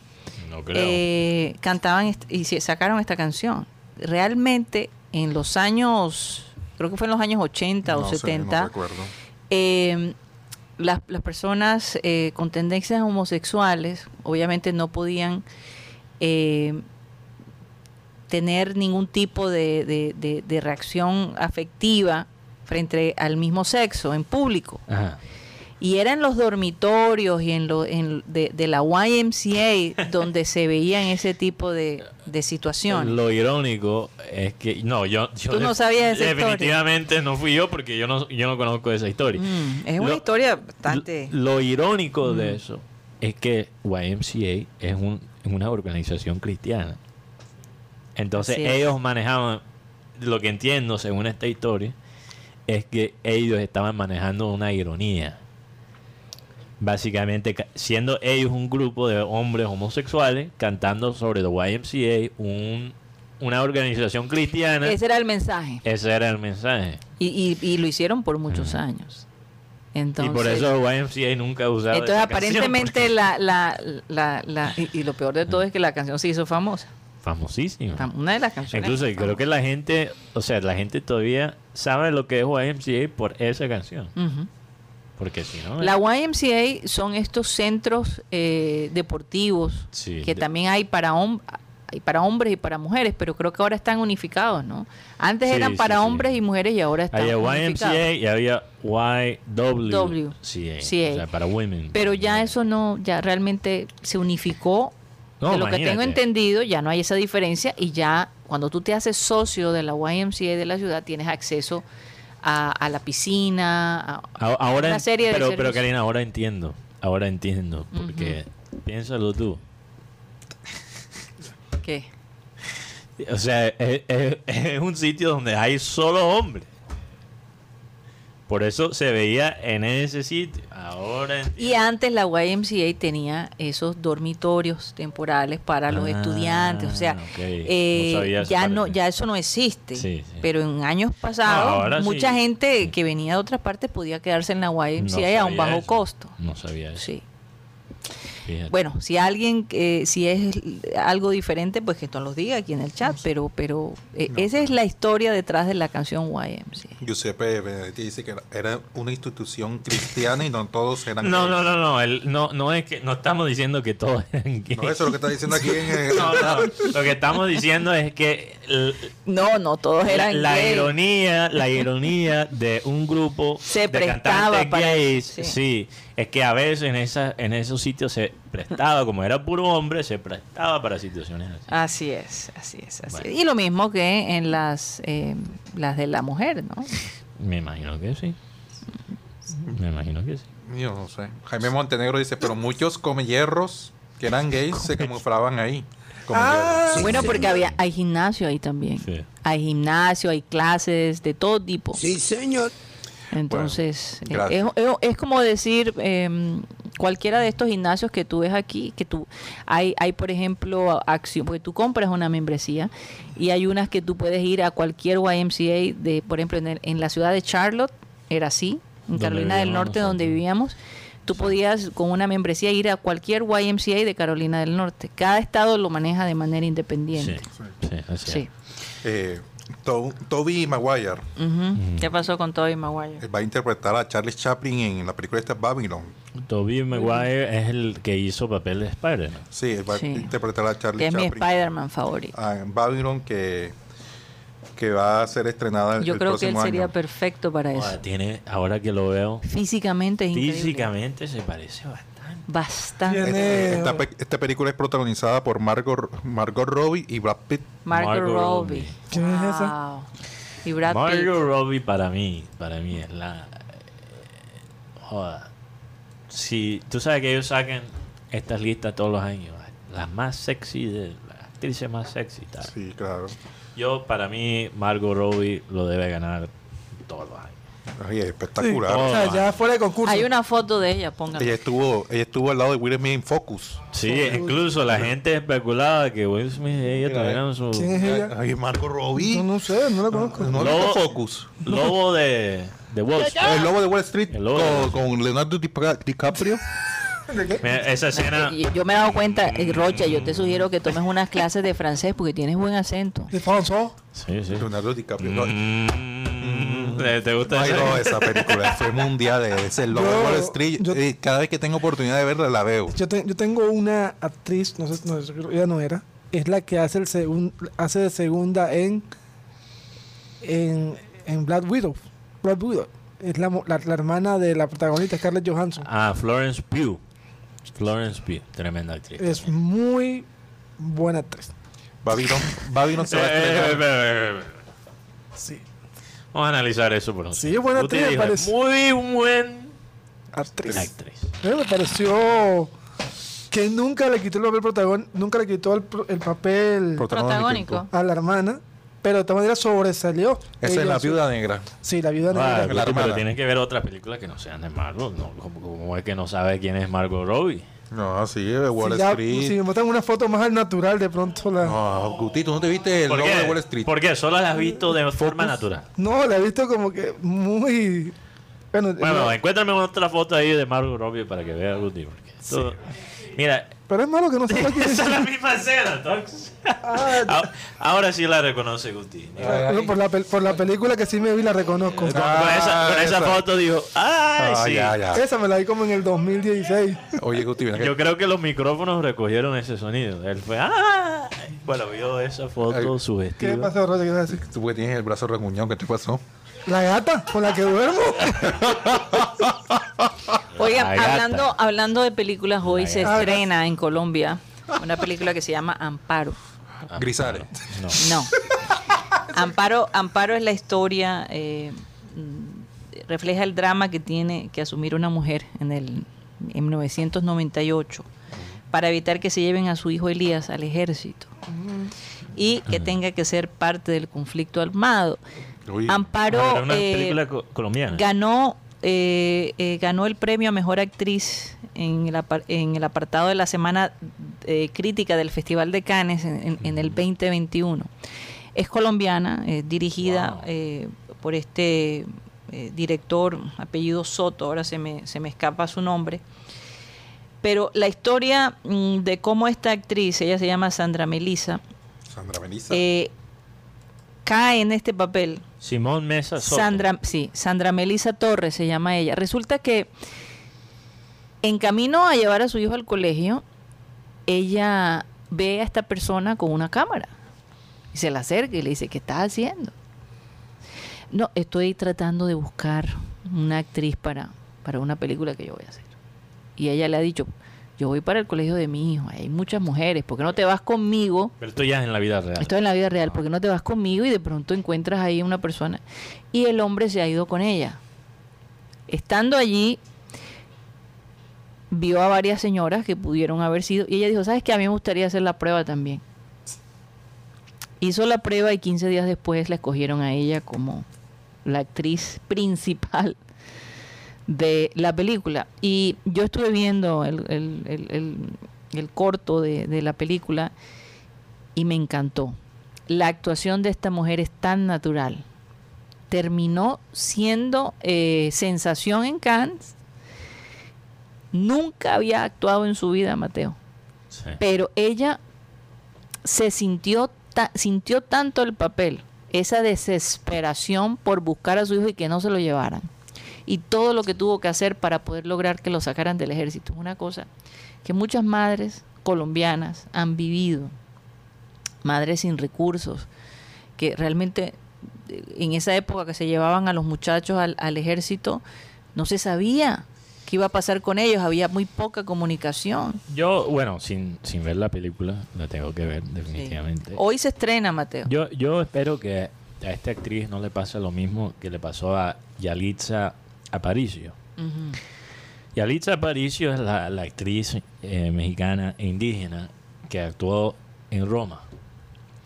Speaker 3: No creo.
Speaker 2: eh, cantaban est- y se- sacaron esta canción. Realmente en los años, creo que fue en los años 80
Speaker 4: no
Speaker 2: o
Speaker 4: sé,
Speaker 2: 70,
Speaker 4: no recuerdo.
Speaker 2: eh, las, las personas eh, con tendencias homosexuales obviamente no podían eh, tener ningún tipo de, de- de- de reacción afectiva frente al mismo sexo en público.
Speaker 3: Ajá.
Speaker 2: Y era en los dormitorios y en, lo, en- de, de la
Speaker 3: *laughs*
Speaker 2: YMCA donde se veían ese tipo de, de situaciones.
Speaker 3: Lo irónico es que no, yo, yo
Speaker 2: Tú no
Speaker 3: def-
Speaker 2: sabías esa historia.
Speaker 3: definitivamente no fui yo porque yo no yo no conozco esa historia.
Speaker 2: Mm, es una
Speaker 3: Lo-
Speaker 2: historia bastante...
Speaker 3: Lo, lo irónico
Speaker 2: Mm.
Speaker 3: de eso es que YMCA es un- es una organización cristiana. Entonces
Speaker 2: Así es.
Speaker 3: ellos manejaban lo que entiendo según esta historia es que ellos estaban manejando una ironía. Básicamente, ca- siendo ellos un grupo de hombres homosexuales cantando sobre The YMCA, un- una organización cristiana.
Speaker 2: ese era el mensaje.
Speaker 3: Ese era el mensaje.
Speaker 2: Y, y- y lo hicieron por muchos años. Entonces,
Speaker 3: y por eso YMCA nunca usaba.
Speaker 2: entonces
Speaker 3: esa canción,
Speaker 2: aparentemente
Speaker 3: porque-
Speaker 2: la, la, la, la- y, y lo peor de todo es que la canción se hizo famosa.
Speaker 3: Famosísima.
Speaker 2: Fam- Una de las canciones.
Speaker 3: Incluso
Speaker 2: más
Speaker 3: creo que la gente, o sea, la gente todavía sabe lo que es YMCA por esa canción.
Speaker 2: famosas. Ujú.
Speaker 3: Porque si no.
Speaker 2: La YMCA son estos centros eh, deportivos
Speaker 3: Sí,
Speaker 2: que
Speaker 3: de-
Speaker 2: también hay para hom- hay para hombres y para mujeres, pero creo que ahora están unificados, ¿no? Antes
Speaker 3: Sí,
Speaker 2: eran
Speaker 3: sí,
Speaker 2: para
Speaker 3: sí.
Speaker 2: hombres y mujeres y ahora están
Speaker 3: había
Speaker 2: unificados.
Speaker 3: YMCA y había YWCA.
Speaker 2: WCA.
Speaker 3: O sea, para women.
Speaker 2: Pero ya eso no, ya realmente se unificó.
Speaker 3: No,
Speaker 2: de lo que
Speaker 3: imagínate.
Speaker 2: tengo entendido, ya no hay esa diferencia y ya cuando tú te haces socio de la YMCA de la ciudad, tienes acceso a, a la piscina, a,
Speaker 3: A- Ahora,
Speaker 2: Una serie de
Speaker 3: pero, pero
Speaker 2: servicios.
Speaker 3: Karina, ahora entiendo. Ahora entiendo. Porque piénsalo tú.
Speaker 2: ¿qué?
Speaker 3: O sea, es, es- es un sitio donde hay solo hombres. Por eso se veía en ese sitio. Ahora
Speaker 2: Y
Speaker 3: entiendo.
Speaker 2: antes la YMCA tenía esos dormitorios temporales para los
Speaker 3: Ah,
Speaker 2: estudiantes, o sea,
Speaker 3: ok.
Speaker 2: eh,
Speaker 3: No sabía esa
Speaker 2: ya
Speaker 3: parte.
Speaker 2: no, ya eso no existe.
Speaker 3: Sí, sí.
Speaker 2: Pero en años pasados,
Speaker 3: ahora sí.
Speaker 2: mucha gente que venía de otras partes podía quedarse en la
Speaker 3: No
Speaker 2: YMCA a un
Speaker 3: sabía
Speaker 2: bajo
Speaker 3: eso.
Speaker 2: costo.
Speaker 3: No sabía eso.
Speaker 2: Sí.
Speaker 3: fíjate.
Speaker 2: Bueno, si alguien, eh, si es algo diferente, pues que nos lo diga aquí en el chat, pero, pero eh, esa es la historia detrás de la canción YMCA.
Speaker 3: *laughs*
Speaker 4: Giuseppe eh, Benedetti dice que era una institución cristiana y no todos
Speaker 3: *laughs*
Speaker 4: eran.
Speaker 3: No,
Speaker 4: gays.
Speaker 3: no, no, no, el- no, no es que no estamos diciendo que todos eran gays.
Speaker 4: No, eso es lo que está diciendo aquí en eh,
Speaker 3: *laughs*
Speaker 4: el-
Speaker 3: No, no, lo que estamos diciendo es que l-
Speaker 2: No, no, todos
Speaker 3: la,
Speaker 2: eran
Speaker 3: la
Speaker 2: gay.
Speaker 3: ironía, la ironía de un grupo
Speaker 2: Se
Speaker 3: de
Speaker 2: prestaba
Speaker 3: cantantes
Speaker 2: para-
Speaker 3: gays,
Speaker 2: sí.
Speaker 3: sí. es que a veces en esa, en esos sitios se prestaba, como era puro hombre, se prestaba para situaciones
Speaker 2: Así
Speaker 3: así.
Speaker 2: es, así es, así
Speaker 3: Bueno.
Speaker 2: es. Y lo mismo que en las, eh, las de la mujer, ¿no?
Speaker 3: Me imagino que sí. Me imagino que sí.
Speaker 4: Yo no sé. Jaime Montenegro dice, pero muchos comehierros que eran gays se camuflaban ahí. Como
Speaker 5: Ah,
Speaker 4: hierros.
Speaker 2: Bueno, porque había, hay gimnasio ahí también.
Speaker 3: Sí.
Speaker 2: Hay gimnasio, hay clases de todo tipo.
Speaker 1: Sí, señor.
Speaker 2: Entonces, eh, es,
Speaker 4: gracias.
Speaker 2: es- es como decir, em, cualquiera de estos gimnasios que tú ves aquí, que tú, hay, hay por ejemplo, acción, porque tú compras una membresía y hay unas que tú puedes ir a cualquier YMCA, de, por ejemplo, en, el- en la ciudad de Charlotte, era así, en
Speaker 3: Donde
Speaker 2: Carolina del
Speaker 3: vivíamos
Speaker 2: Norte, donde
Speaker 3: nosotros.
Speaker 2: vivíamos. Tú podías con una membresía ir a cualquier YMCA de Carolina del Norte. Cada estado lo maneja de manera
Speaker 3: Sí,
Speaker 2: independiente.
Speaker 3: sí, así
Speaker 2: Sí.
Speaker 3: es.
Speaker 4: Eh, To- Toby Maguire
Speaker 3: Mm.
Speaker 2: Ujú. ¿Qué pasó con Toby Maguire?
Speaker 4: eh, va a interpretar a Charles Chaplin en la película esta Babylon.
Speaker 3: Toby Maguire es el que hizo papel de Spider-Man.
Speaker 4: Sí, él va
Speaker 2: Sí.
Speaker 4: a interpretar a Charlie
Speaker 2: que es mi
Speaker 4: Chaplin.
Speaker 2: Spider-Man favorito.
Speaker 4: Ah, en Babylon que, que va a ser estrenada el,
Speaker 2: Yo
Speaker 4: Ah, el
Speaker 2: creo que él
Speaker 4: próximo
Speaker 2: sería
Speaker 4: año.
Speaker 2: perfecto para eso.
Speaker 3: Ahora tiene, ahora que lo veo,
Speaker 2: Físicamente es increíble.
Speaker 3: físicamente se parece bastante.
Speaker 2: Bastante.
Speaker 5: Tiene-
Speaker 4: Este- Esta, pe- esta película es protagonizada por Margot, Margot Robbie y Brad Pitt.
Speaker 2: Margot,
Speaker 3: Margot
Speaker 2: Robbie.
Speaker 3: Robbie.
Speaker 5: ¿Quién es esa?
Speaker 2: Wow. Y Brad Pitt.
Speaker 3: Margot Robbie para mí, para mí es la eh, joda. Si tú sabes que ellos sacan estas listas todos los años, las más sexy de las actrices más sexy y tal.
Speaker 4: Sí, claro.
Speaker 3: Yo para mí Margot Robbie lo debe ganar todos los años.
Speaker 4: Ay, es
Speaker 5: Sí. O
Speaker 4: espectacular.
Speaker 5: sea, ya fuera de concurso.
Speaker 2: Hay una foto de ella, póngala.
Speaker 4: Ella estuvo, ella estuvo al lado de Will Smith en Focus.
Speaker 3: Sí, incluso la gente especulaba que Will Smith y ella tuvieran su
Speaker 5: ¿Quién es ella?
Speaker 4: Ay, Margot Robbie.
Speaker 5: No, no sé, no la conozco.
Speaker 4: No,
Speaker 3: Lobo-
Speaker 4: viste Focus.
Speaker 3: lobo de, de Wall Street.
Speaker 4: El lobo de Wall Street
Speaker 3: El lobo de Wall
Speaker 4: con, con Leonardo Dipra- DiCaprio.
Speaker 3: Mira, esa escena
Speaker 2: Y- Yo me he dado cuenta, eh, Rocha, yo te sugiero que tomes unas clases de francés porque tienes buen acento.
Speaker 5: De François.
Speaker 3: Sí, sí.
Speaker 4: Leonardo DiCaprio. No,
Speaker 3: Mm, ¿Te te gusta
Speaker 4: Ay,
Speaker 3: esa?
Speaker 4: no, esa película fue mundial. eh, Es el lobo de
Speaker 5: Yo-
Speaker 4: Wall Street.
Speaker 5: yo-
Speaker 4: Eh, cada vez que tengo oportunidad de verla, la veo.
Speaker 5: Yo, te- yo tengo una actriz, no sé, no, yo creo que ella no era, es la que hace el segun- hace de segunda en, en en Black Widow. Black Widow. Es la, mo- la, la hermana de la protagonista Scarlett Johansson.
Speaker 3: Ah, Florence Pugh. Florence Pugh, tremenda actriz.
Speaker 5: Es muy buena actriz.
Speaker 4: Babylon, Babylon se va a
Speaker 3: Eh, eh,
Speaker 4: estrenar.
Speaker 3: eh, eh, eh, eh.
Speaker 5: Sí.
Speaker 3: Vamos a analizar eso por un
Speaker 5: Sí,
Speaker 3: segundo.
Speaker 5: buena
Speaker 3: Tú te
Speaker 5: actriz,
Speaker 3: dije,
Speaker 5: parece.
Speaker 3: Muy buen
Speaker 5: Actriz.
Speaker 3: actriz.
Speaker 5: Eh, me pareció que nunca le quitó el papel protagon, nunca le quitó el, pro- el papel
Speaker 2: Protagónico.
Speaker 5: a la hermana, pero de todas maneras sobresalió.
Speaker 4: Esa
Speaker 5: Ella
Speaker 4: es la
Speaker 5: hizo-
Speaker 4: viuda negra.
Speaker 5: Sí, la viuda
Speaker 3: Ah,
Speaker 5: negra.
Speaker 4: la
Speaker 3: tú, pero
Speaker 4: hermana.
Speaker 3: tienes que ver otras películas que no sean de Margot. No, como, como es que no sabe quién es Margot Robbie.
Speaker 4: No, sí, de Wall
Speaker 5: si, ya-
Speaker 4: Street.
Speaker 5: si me muestran una foto más al natural, de pronto la. No,
Speaker 4: No, Guti, ¿tú no te viste el
Speaker 3: ¿Por
Speaker 4: lobo
Speaker 3: qué?
Speaker 4: de Wall Street?
Speaker 3: ¿Por qué? Solo la has visto de forma natural.
Speaker 5: la he visto como que muy. Bueno,
Speaker 3: Bueno,
Speaker 4: eh.
Speaker 5: no,
Speaker 3: encuéntrame otra foto ahí de Margot Robbie para que vea Guti. porque esto- Mira,
Speaker 5: pero es malo que no sepa quién es.
Speaker 4: *laughs*
Speaker 3: esa es la misma escena, Tox.
Speaker 5: Ah,
Speaker 3: Ah, Ahora sí la reconoce Guti. Con-
Speaker 5: no, por, la pel- por la película que sí me vi, la reconozco.
Speaker 3: Con, esa, con esa
Speaker 4: esa.
Speaker 3: foto dijo, ¡ay,
Speaker 4: Ah,
Speaker 3: sí!
Speaker 4: ya, ya.
Speaker 5: Esa me la vi como en el 2016.
Speaker 4: Oye, Guti, mira que
Speaker 3: Yo creo que los micrófonos recogieron ese sonido. Él fue, ¡ah! Bueno, vio esa foto
Speaker 4: Ay.
Speaker 5: ¿Qué
Speaker 3: sugestiva.
Speaker 5: pasó, Roger? ¿Qué vas a decir?
Speaker 4: tú que tienes el brazo remuñado, ¿qué te pasó?
Speaker 5: La gata con la que duermo.
Speaker 2: Oigan,
Speaker 3: La gata.
Speaker 2: hablando, hablando de películas, hoy se
Speaker 5: gata.
Speaker 2: estrena en Colombia una película que se llama Amparo.
Speaker 3: Ah,
Speaker 4: Grisales.
Speaker 3: No.
Speaker 2: No. Amparo, Amparo es la historia, eh, mm, refleja el drama que tiene que asumir una mujer en el en 1998 para evitar que se lleven a su hijo Elías al ejército y que tenga que ser parte del conflicto armado.
Speaker 4: Uy.
Speaker 2: Amparo
Speaker 3: Ah, era una
Speaker 2: eh,
Speaker 3: película co- colombiana.
Speaker 2: ganó eh, eh, ganó el premio a mejor actriz en el, apar- en el apartado de la semana eh, crítica del Festival de Cannes en, en- en el 2021. Es colombiana, eh, dirigida
Speaker 3: Wow.
Speaker 2: eh, por este eh, director, apellido Soto, ahora se me, se me escapa su nombre. Pero la historia mm, de cómo esta actriz, ella se llama Sandra Melissa,
Speaker 4: Sandra Melissa.
Speaker 2: eh, cae en este papel
Speaker 3: Simón Mesa Soto.
Speaker 2: Sandra, sí, Sandra Melisa Torres se llama ella. Resulta que en camino a llevar a su hijo al colegio, ella ve a esta persona con una cámara y se la acerca y le dice, ¿qué estás haciendo? No, estoy tratando de buscar una actriz para, para una película que yo voy a hacer. Y ella le ha dicho, yo voy para el colegio de mi hijo, hay muchas mujeres, ¿por qué no te vas conmigo?
Speaker 3: Pero esto ya es en la vida real.
Speaker 2: Esto es en la vida real, porque no te vas conmigo y de pronto encuentras ahí una persona. Y el hombre se ha ido con ella. Estando allí, vio a varias señoras que pudieron haber sido. Y ella dijo, ¿sabes qué? A mí me gustaría hacer la prueba también. Hizo la prueba y 15 días después la escogieron a ella como la actriz *laughs* principal de la película. Y yo estuve viendo el, el- el- el- el corto de- de la película y me encantó. La actuación de esta mujer es tan natural. Terminó siendo eh, sensación en Cannes. Nunca había actuado en su vida, Mateo.
Speaker 3: Sí.
Speaker 2: Pero ella se sintió, ta- sintió tanto el papel, esa desesperación por buscar a su hijo y que no se lo llevaran, y todo lo que tuvo que hacer para poder lograr que lo sacaran del ejército. Es una cosa que muchas madres colombianas han vivido, madres sin recursos, que realmente eh, en esa época que se llevaban a los muchachos al, al ejército, no se sabía qué iba a pasar con ellos, había muy poca comunicación.
Speaker 3: Yo, bueno, sin, sin ver la película, la tengo que ver definitivamente.
Speaker 2: Hoy se estrena, Mateo.
Speaker 3: Yo, yo espero que a esta actriz no le pase lo mismo que le pasó a Yalitza Aparicio.
Speaker 2: Ujú.
Speaker 3: Yalitza Aparicio es la, la actriz eh, mexicana e indígena que actuó en Roma.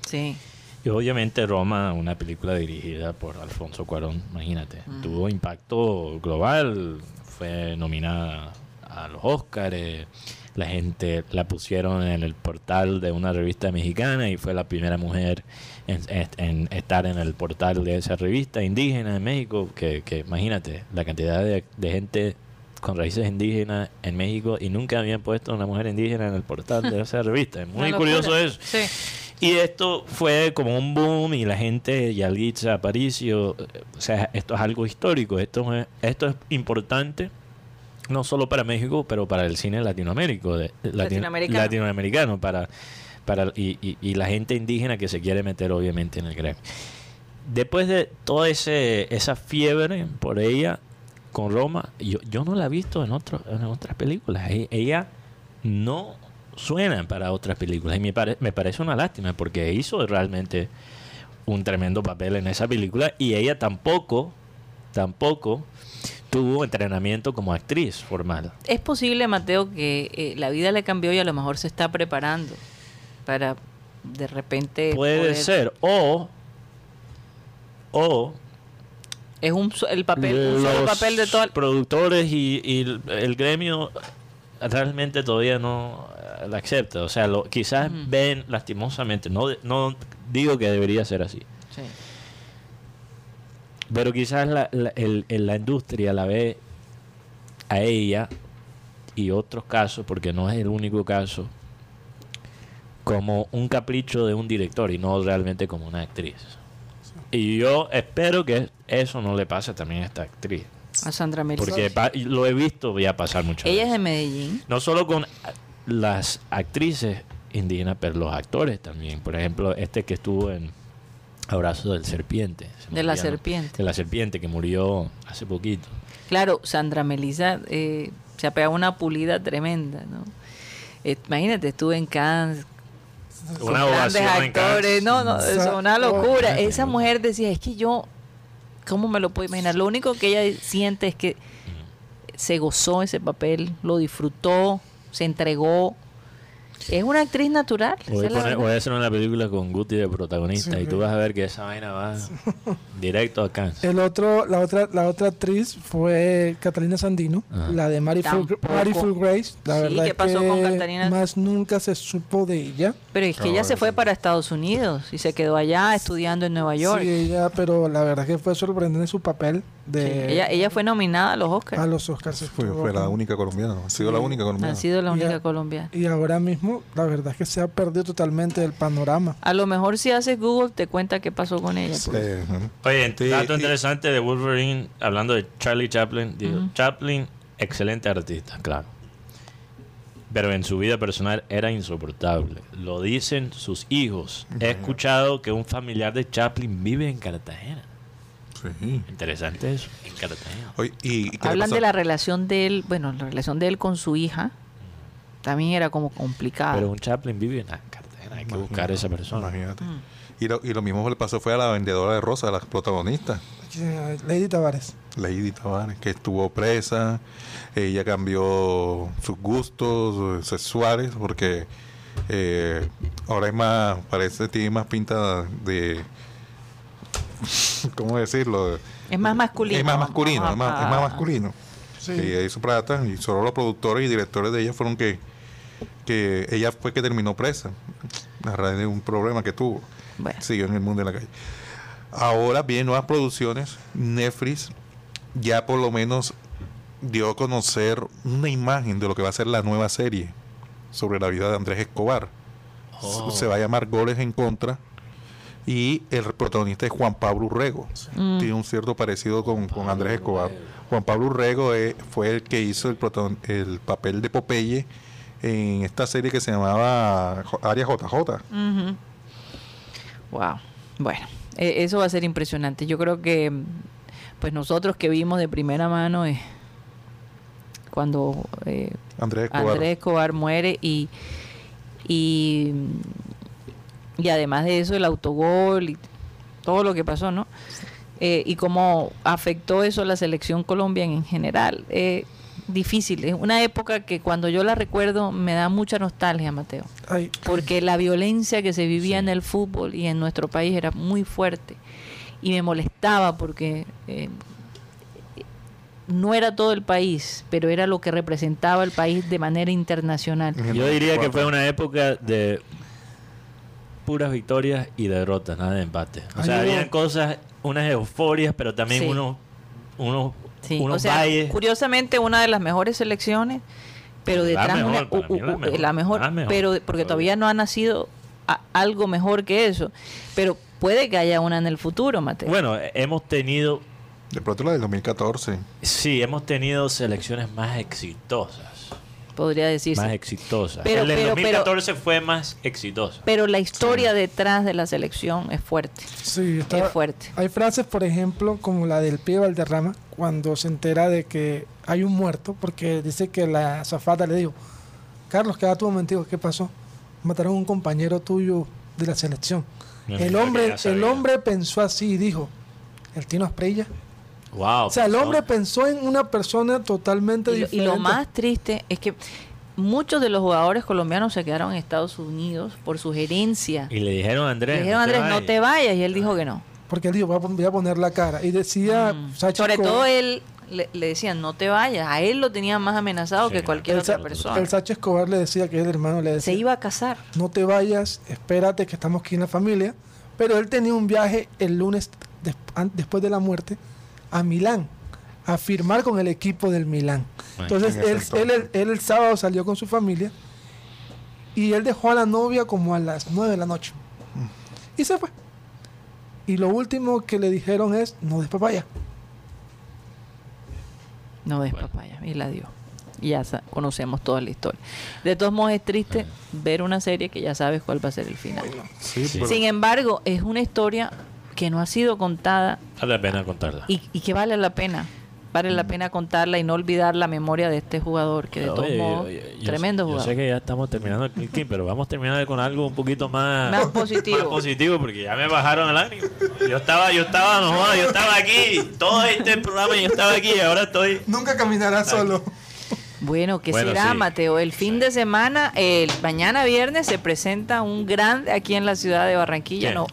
Speaker 2: Sí.
Speaker 3: Y obviamente Roma, una película dirigida por Alfonso Cuarón, imagínate, tuvo impacto global, fue nominada a los Óscares, la gente la pusieron en el portal de una revista mexicana y fue la primera mujer en, en- en estar en el portal de esa revista indígena en México, que, que imagínate la cantidad de, de gente con raíces indígenas en México y nunca habían puesto una mujer indígena en el portal de esa revista. Es muy
Speaker 2: Una
Speaker 3: curioso
Speaker 2: locura.
Speaker 3: eso.
Speaker 2: Sí.
Speaker 3: Y esto fue como un boom y la gente, Yalitza, Aparicio, eh, o sea, esto es algo histórico, esto es, esto es importante no solo para México, pero para el cine latinoamérico, de- de- lati-
Speaker 2: Latinoamericano.
Speaker 3: latinoamericano, para, para y, y- y la gente indígena que se quiere meter obviamente en el Grammy. Después de toda ese, esa fiebre por ella con Roma, yo, yo no la he visto en, otro, en otras películas. E- Ella no suena para otras películas y me, pare- me parece una lástima porque hizo realmente un tremendo papel en esa película y ella tampoco, tampoco tuvo entrenamiento como actriz formal.
Speaker 2: Es posible, Mateo, que eh, la vida le cambió y a lo mejor se está preparando para de repente.
Speaker 3: Puede
Speaker 2: poder-
Speaker 3: ser, o, o
Speaker 2: Es un, so- el papel, un solo
Speaker 3: los
Speaker 2: papel de todo.
Speaker 3: productores y, y el- el gremio realmente todavía no eh, la acepta. O sea, lo, quizás ven lastimosamente, no, de- no digo que debería ser así,
Speaker 2: Sí.
Speaker 3: pero quizás la, la- el- el- la industria la ve a ella y otros casos, porque no es el único caso, como un capricho de un director y no realmente como una actriz. Y yo espero que eso no le pase también a esta actriz.
Speaker 2: A Sandra Melchor.
Speaker 3: Porque pa- lo he visto ya pasar muchas
Speaker 2: Ella es de
Speaker 3: veces.
Speaker 2: Medellín.
Speaker 3: No solo con a- las actrices indígenas, pero los actores también. Por ejemplo, este que estuvo en Abrazo del Serpiente. se me
Speaker 2: De la
Speaker 3: olvida, ¿no?
Speaker 2: serpiente.
Speaker 3: De la serpiente que murió hace poquito.
Speaker 2: Claro, Sandra Melisa eh, se ha pegado una pulida tremenda, ¿no? Eh, imagínate, estuve en Cannes. con
Speaker 3: Una
Speaker 2: grandes
Speaker 3: ovación en Cannes.
Speaker 2: actores. No, no,
Speaker 5: Esa-
Speaker 2: es una locura.
Speaker 3: Oh.
Speaker 2: Esa mujer decía, es que yo, ¿cómo me lo puedo imaginar? Lo único que ella siente es que se gozó ese papel, lo disfrutó, se entregó. Es una actriz natural. esa
Speaker 3: Voy, a
Speaker 2: es la
Speaker 3: poner-
Speaker 2: verdad.
Speaker 3: voy a hacer una película con Guti de protagonista
Speaker 5: Sí.
Speaker 3: y tú vas a ver que esa vaina va directo a Cannes.
Speaker 5: El otro, la otra, la otra actriz fue Catalina Sandino,
Speaker 3: Ajá.
Speaker 4: Ah.
Speaker 5: la de Mariful,
Speaker 2: Tampoco.
Speaker 5: Mariful Grace. La
Speaker 2: Sí,
Speaker 5: verdad
Speaker 2: ¿qué
Speaker 5: es
Speaker 2: pasó
Speaker 5: que
Speaker 2: con Catalina?
Speaker 5: Más nunca se supo de ella.
Speaker 2: Pero es que
Speaker 3: Ah,
Speaker 2: ella se fue para Estados Unidos y se quedó allá estudiando en Nueva York.
Speaker 5: Sí, ella, pero la verdad que fue sorprendente su papel
Speaker 2: Sí,
Speaker 5: de
Speaker 2: Ella, ella fue nominada a los
Speaker 5: eh, a
Speaker 2: Oscars.
Speaker 5: los Oscars.
Speaker 4: Fue,
Speaker 5: Estuvo
Speaker 4: fue la
Speaker 5: con-
Speaker 4: única colombiana, ¿no? ha sido la única colombiana.
Speaker 2: Ha sido la
Speaker 5: Ya.
Speaker 2: única colombiana.
Speaker 5: Y ahora mismo, la verdad es que se ha perdido totalmente el panorama.
Speaker 2: A lo mejor si haces Google te cuenta qué pasó con ella. pues.
Speaker 4: Eh, ajá.
Speaker 3: Oye,
Speaker 4: Sí,
Speaker 3: dato
Speaker 4: y-
Speaker 3: interesante de Wolverine, hablando de Charlie Chaplin, digo, Chaplin, excelente artista, claro. Pero en su vida personal era insoportable. Lo dicen sus hijos. He escuchado que un familiar de Chaplin vive en Cartagena.
Speaker 4: Sí.
Speaker 3: Interesante eso. En Cartagena.
Speaker 4: Oye, ¿y qué le
Speaker 2: Hablan
Speaker 4: pasó?
Speaker 2: de la relación de él, bueno, la relación de él con su hija también era como complicada.
Speaker 3: Pero un Chaplin vive en Cartagena. Hay que buscar a esa persona.
Speaker 4: Imagínate.
Speaker 2: Mm.
Speaker 4: Y, lo, y lo mismo le pasó fue a la vendedora de rosas, a la protagonista,
Speaker 5: Lady Tavares.
Speaker 4: Lady Tavares, que estuvo presa. Ella cambió sus gustos eh, sexuales porque eh, ahora es más, parece, tiene más pinta de... *laughs* ¿Cómo decirlo?
Speaker 2: es más masculino. Ah,
Speaker 4: Es más masculino,
Speaker 2: Vamos
Speaker 4: es más,
Speaker 2: a-
Speaker 4: es más masculino.
Speaker 5: Sí.
Speaker 4: Ella hizo plata y solo los productores y directores de ella fueron que, que ella fue que terminó presa a raíz de un problema que tuvo.
Speaker 2: Bueno,
Speaker 4: Siguió en el mundo de la calle. Ahora vienen nuevas producciones. Netflix ya por lo menos dio a conocer una imagen de lo que va a ser la nueva serie sobre la vida de Andrés Escobar.
Speaker 3: Oh.
Speaker 4: Se va a llamar Goles en Contra. Y el protagonista es Juan Pablo Urrego. Tiene un cierto parecido con, con Andrés Escobar. Juan Pablo Urrego eh, fue el que hizo el, protagon- el papel de Popeye en esta serie que se llamaba Jo- Área JJ.
Speaker 2: Ujú. Wow. Bueno, e- eso va a ser impresionante. Yo creo que, pues nosotros que vimos de primera mano eh, cuando eh,
Speaker 4: Andrés Escobar.
Speaker 2: Andrés Escobar muere y, y y además de eso el autogol y todo lo que pasó, ¿no? Eh, y cómo afectó eso a la selección colombiana en general. Eh, difícil, es una época que cuando yo la recuerdo me da mucha nostalgia, Mateo
Speaker 5: Ay,
Speaker 2: porque la violencia que se vivía en el fútbol y en nuestro país era muy fuerte y me molestaba porque eh, no era todo el país, pero era lo que representaba el país de manera internacional.
Speaker 4: En el
Speaker 3: Yo diría que
Speaker 4: 94.
Speaker 3: fue una época de puras victorias y derrotas, nada de empate. O sea,
Speaker 5: Ay, no.
Speaker 3: habían cosas, unas euforias, pero también
Speaker 2: Sí.
Speaker 3: unos, unos,
Speaker 2: Sí,
Speaker 3: unos
Speaker 2: o sea,
Speaker 3: valles.
Speaker 2: curiosamente una de las mejores selecciones, pero
Speaker 3: La
Speaker 2: detrás
Speaker 3: mejor,
Speaker 2: una-
Speaker 3: para mí la
Speaker 2: u- u-
Speaker 3: mejor,
Speaker 2: la mejor,
Speaker 3: la mejor,
Speaker 2: pero porque todavía
Speaker 3: todavía.
Speaker 2: no ha nacido a- algo mejor que eso, pero puede que haya una en el futuro, Mateo.
Speaker 3: Bueno, hemos tenido
Speaker 4: De pronto la del 2014.
Speaker 3: Sí, hemos tenido selecciones más exitosas.
Speaker 2: podría decirse.
Speaker 3: Más exitosas.
Speaker 2: Pero-
Speaker 3: el del
Speaker 2: pero- pero-
Speaker 3: 2014 fue más exitosa.
Speaker 2: pero la historia detrás de la selección es fuerte.
Speaker 5: sí, está
Speaker 2: Es fuerte.
Speaker 5: Hay frases, por ejemplo, como la del pibe Valderrama, cuando se entera de que hay un muerto, porque dice que la azafata le dijo, Carlos, queda tu momentico, ¿qué pasó? Mataron a un compañero tuyo de la selección.
Speaker 3: Me
Speaker 5: el
Speaker 3: imagino que
Speaker 5: hombre,
Speaker 3: ya sabía.
Speaker 5: el hombre pensó así y dijo, el Tino Asprilla.
Speaker 3: Wow.
Speaker 5: O sea, el hombre pensó en una persona totalmente
Speaker 2: Y lo, y
Speaker 5: diferente.
Speaker 2: lo más triste es que muchos de los jugadores colombianos se quedaron en Estados Unidos por sugerencia.
Speaker 3: Y le dijeron a
Speaker 2: Le
Speaker 3: Andrés.
Speaker 2: dijeron, Andrés, no te
Speaker 3: vayas".
Speaker 2: vayas. Ah. Y él dijo que no. Mm.
Speaker 5: Porque él dijo, voy a pon- voy a poner la cara. Y decía, Sachi
Speaker 2: Sobre
Speaker 5: Co-
Speaker 2: todo él le, le decían, no te vayas. A él lo tenían más amenazado
Speaker 3: Sí,
Speaker 2: que cualquier
Speaker 5: el,
Speaker 2: otra
Speaker 5: Sa-
Speaker 2: persona.
Speaker 5: el Sachi Escobar le decía que el hermano le
Speaker 2: Se
Speaker 5: decía,
Speaker 2: iba a casar.
Speaker 5: no te vayas, espérate que estamos aquí en la familia. Pero él tenía un viaje el lunes des- an- después de la muerte a Milán, a firmar con el equipo del Milán. Entonces
Speaker 4: en ese
Speaker 5: él, él,
Speaker 4: entonces.
Speaker 5: él el sábado salió con su familia y él dejó a la novia como a las 9 de la noche.
Speaker 4: Mm.
Speaker 5: Y se fue. Y lo último que le dijeron es, no des papaya.
Speaker 2: No des papaya. Y la dio. Y ya sa- conocemos toda la historia. De todos modos, es triste ver una serie que ya sabes cuál va a ser el final.
Speaker 4: Sí,
Speaker 3: Sí.
Speaker 4: pero-
Speaker 2: Sin embargo, es una historia que no ha sido contada
Speaker 3: Vale la pena contarla.
Speaker 2: y, y que vale la pena. Vale la pena contarla y no olvidar la memoria de este jugador, que de
Speaker 3: Oye,
Speaker 2: todos
Speaker 3: yo-
Speaker 2: modos,
Speaker 3: yo- yo-
Speaker 2: tremendo
Speaker 3: yo
Speaker 2: jugador.
Speaker 3: sé que ya estamos terminando el Clean King, pero vamos a terminar con algo un poquito más,
Speaker 2: Más positivo.
Speaker 3: *laughs* más positivo, porque ya me bajaron el ánimo. Yo estaba, yo estaba, no jodas, yo estaba aquí. Todo este programa yo estaba aquí y ahora estoy.
Speaker 5: Nunca caminará solo.
Speaker 2: Bueno, ¿qué
Speaker 3: Bueno,
Speaker 2: será,
Speaker 3: sí.
Speaker 2: Mateo? El fin de semana, el mañana viernes, se presenta un grande aquí en la ciudad de Barranquilla,
Speaker 3: ¿Quién?
Speaker 2: no,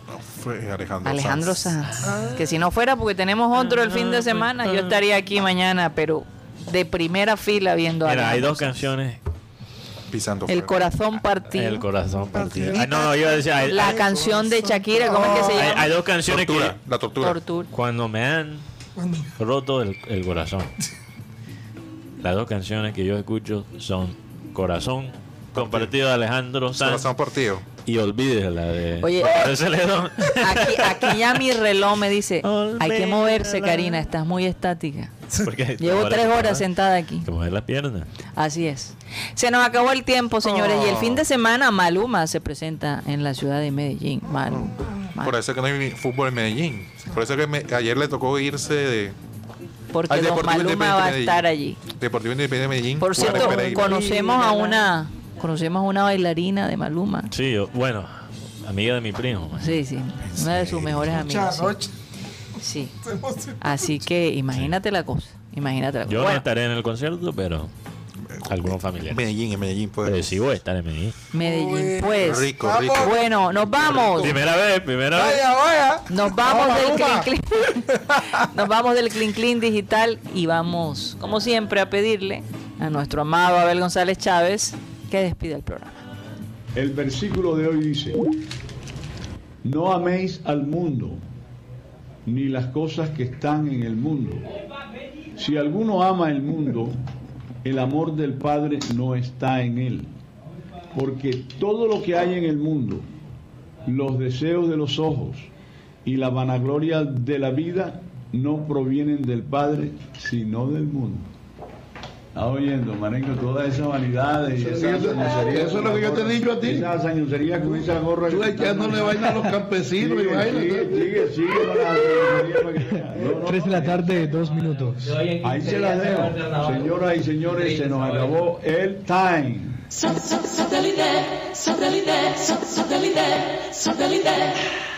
Speaker 4: Fue Alejandro,
Speaker 2: Alejandro
Speaker 4: Sanz.
Speaker 2: Sanz.
Speaker 3: Ah.
Speaker 2: Que si no fuera porque tenemos otro el fin de semana,
Speaker 3: pues,
Speaker 2: yo estaría aquí mañana, pero de primera fila viendo a
Speaker 3: ah. Mira, hay
Speaker 2: Alejandro
Speaker 3: dos
Speaker 2: Sanz.
Speaker 3: canciones.
Speaker 4: Pisando
Speaker 2: El
Speaker 4: fuerte.
Speaker 2: corazón partido.
Speaker 3: El corazón partido.
Speaker 5: Partido.
Speaker 3: Ay, no, no, yo decía. Hay,
Speaker 2: la
Speaker 3: hay-
Speaker 2: canción de Shakira, ¿cómo es que se
Speaker 3: hay-
Speaker 2: llama?
Speaker 3: hay dos canciones
Speaker 4: Tortura,
Speaker 3: que.
Speaker 4: la tortura.
Speaker 2: Tortura.
Speaker 3: Cuando me han roto el, el corazón. Las dos canciones que yo escucho son Corazón compartido de Alejandro Sanz
Speaker 4: Corazón partido.
Speaker 3: y Olvides la de *laughs*
Speaker 2: Oye. *laughs*
Speaker 3: de Celedón.
Speaker 2: Aquí, aquí ya mi reloj me dice, hay que moverse, Karina, estás muy estática.
Speaker 3: Porque
Speaker 2: Llevo
Speaker 3: ahora
Speaker 2: tres
Speaker 3: que
Speaker 2: horas
Speaker 3: mover-
Speaker 2: sentada aquí.
Speaker 3: Que mover las piernas.
Speaker 2: Así es. Se nos acabó el tiempo, señores, y el fin
Speaker 4: Oh.
Speaker 2: de semana Maluma se presenta en la ciudad de Medellín. Maluma.
Speaker 4: Por eso que no hay fútbol en Medellín. Por eso que me- ayer le tocó irse de
Speaker 2: Porque
Speaker 4: al
Speaker 2: Don Maluma va a
Speaker 4: Medellín.
Speaker 2: estar allí.
Speaker 4: Deportivo Independiente de Medellín.
Speaker 2: Por
Speaker 4: Juárez
Speaker 2: cierto,
Speaker 4: Pereira.
Speaker 2: conocemos a una conocemos a una bailarina de Maluma.
Speaker 3: Sí, yo, bueno, amiga de mi primo. pues. man.
Speaker 2: Sí, sí, una de sus mejores amigas. sí. Sí. Así que imagínate la cosa. Imagínate la cosa.
Speaker 3: Yo no
Speaker 2: Bueno,
Speaker 3: estaré en el concierto, pero algunos familiares.
Speaker 4: Medellín, en Medellín, pues.
Speaker 3: Pero sí voy a estar en Medellín.
Speaker 2: Medellín, pues.
Speaker 4: Rico, rico.
Speaker 2: Bueno, nos vamos.
Speaker 3: Primera vez, primera vez.
Speaker 5: Vaya, vaya.
Speaker 2: Nos vamos
Speaker 5: Vamos,
Speaker 2: del
Speaker 5: Maluma.
Speaker 2: Clean Clean. Nos vamos del Clean Clean digital y vamos, como siempre, a pedirle a nuestro amado Abel González Chávez que despida el programa.
Speaker 7: El versículo de hoy dice, no améis al mundo, ni las cosas que están en el mundo. Si alguno ama el mundo, el amor del Padre no está en él. Porque todo lo que hay en el mundo, los deseos de los ojos y la vanagloria de la vida no provienen del Padre, sino del mundo. ¿Estás oyendo, Marengo? Toda esa vanidad y
Speaker 8: Eso es
Speaker 7: esa
Speaker 8: lo que yo te-
Speaker 7: sañucería
Speaker 8: eso es
Speaker 7: con
Speaker 8: lo que
Speaker 7: la
Speaker 8: yo te he
Speaker 7: gorra,
Speaker 8: dicho a ti.
Speaker 7: Esa sañucería con esa gorra.
Speaker 8: Tú
Speaker 7: que está-
Speaker 8: echándole vaina a los campesinos y
Speaker 7: Sigue,
Speaker 8: vaina.
Speaker 7: sigue, sigue, sigue con la sañucería para que veas. No, no,
Speaker 9: 3 de la tarde, 2 minutos.
Speaker 7: Ahí se las dejo. Señoras y señores, se nos acabó el time.
Speaker 10: Satellite, satellite, satellite, satellite.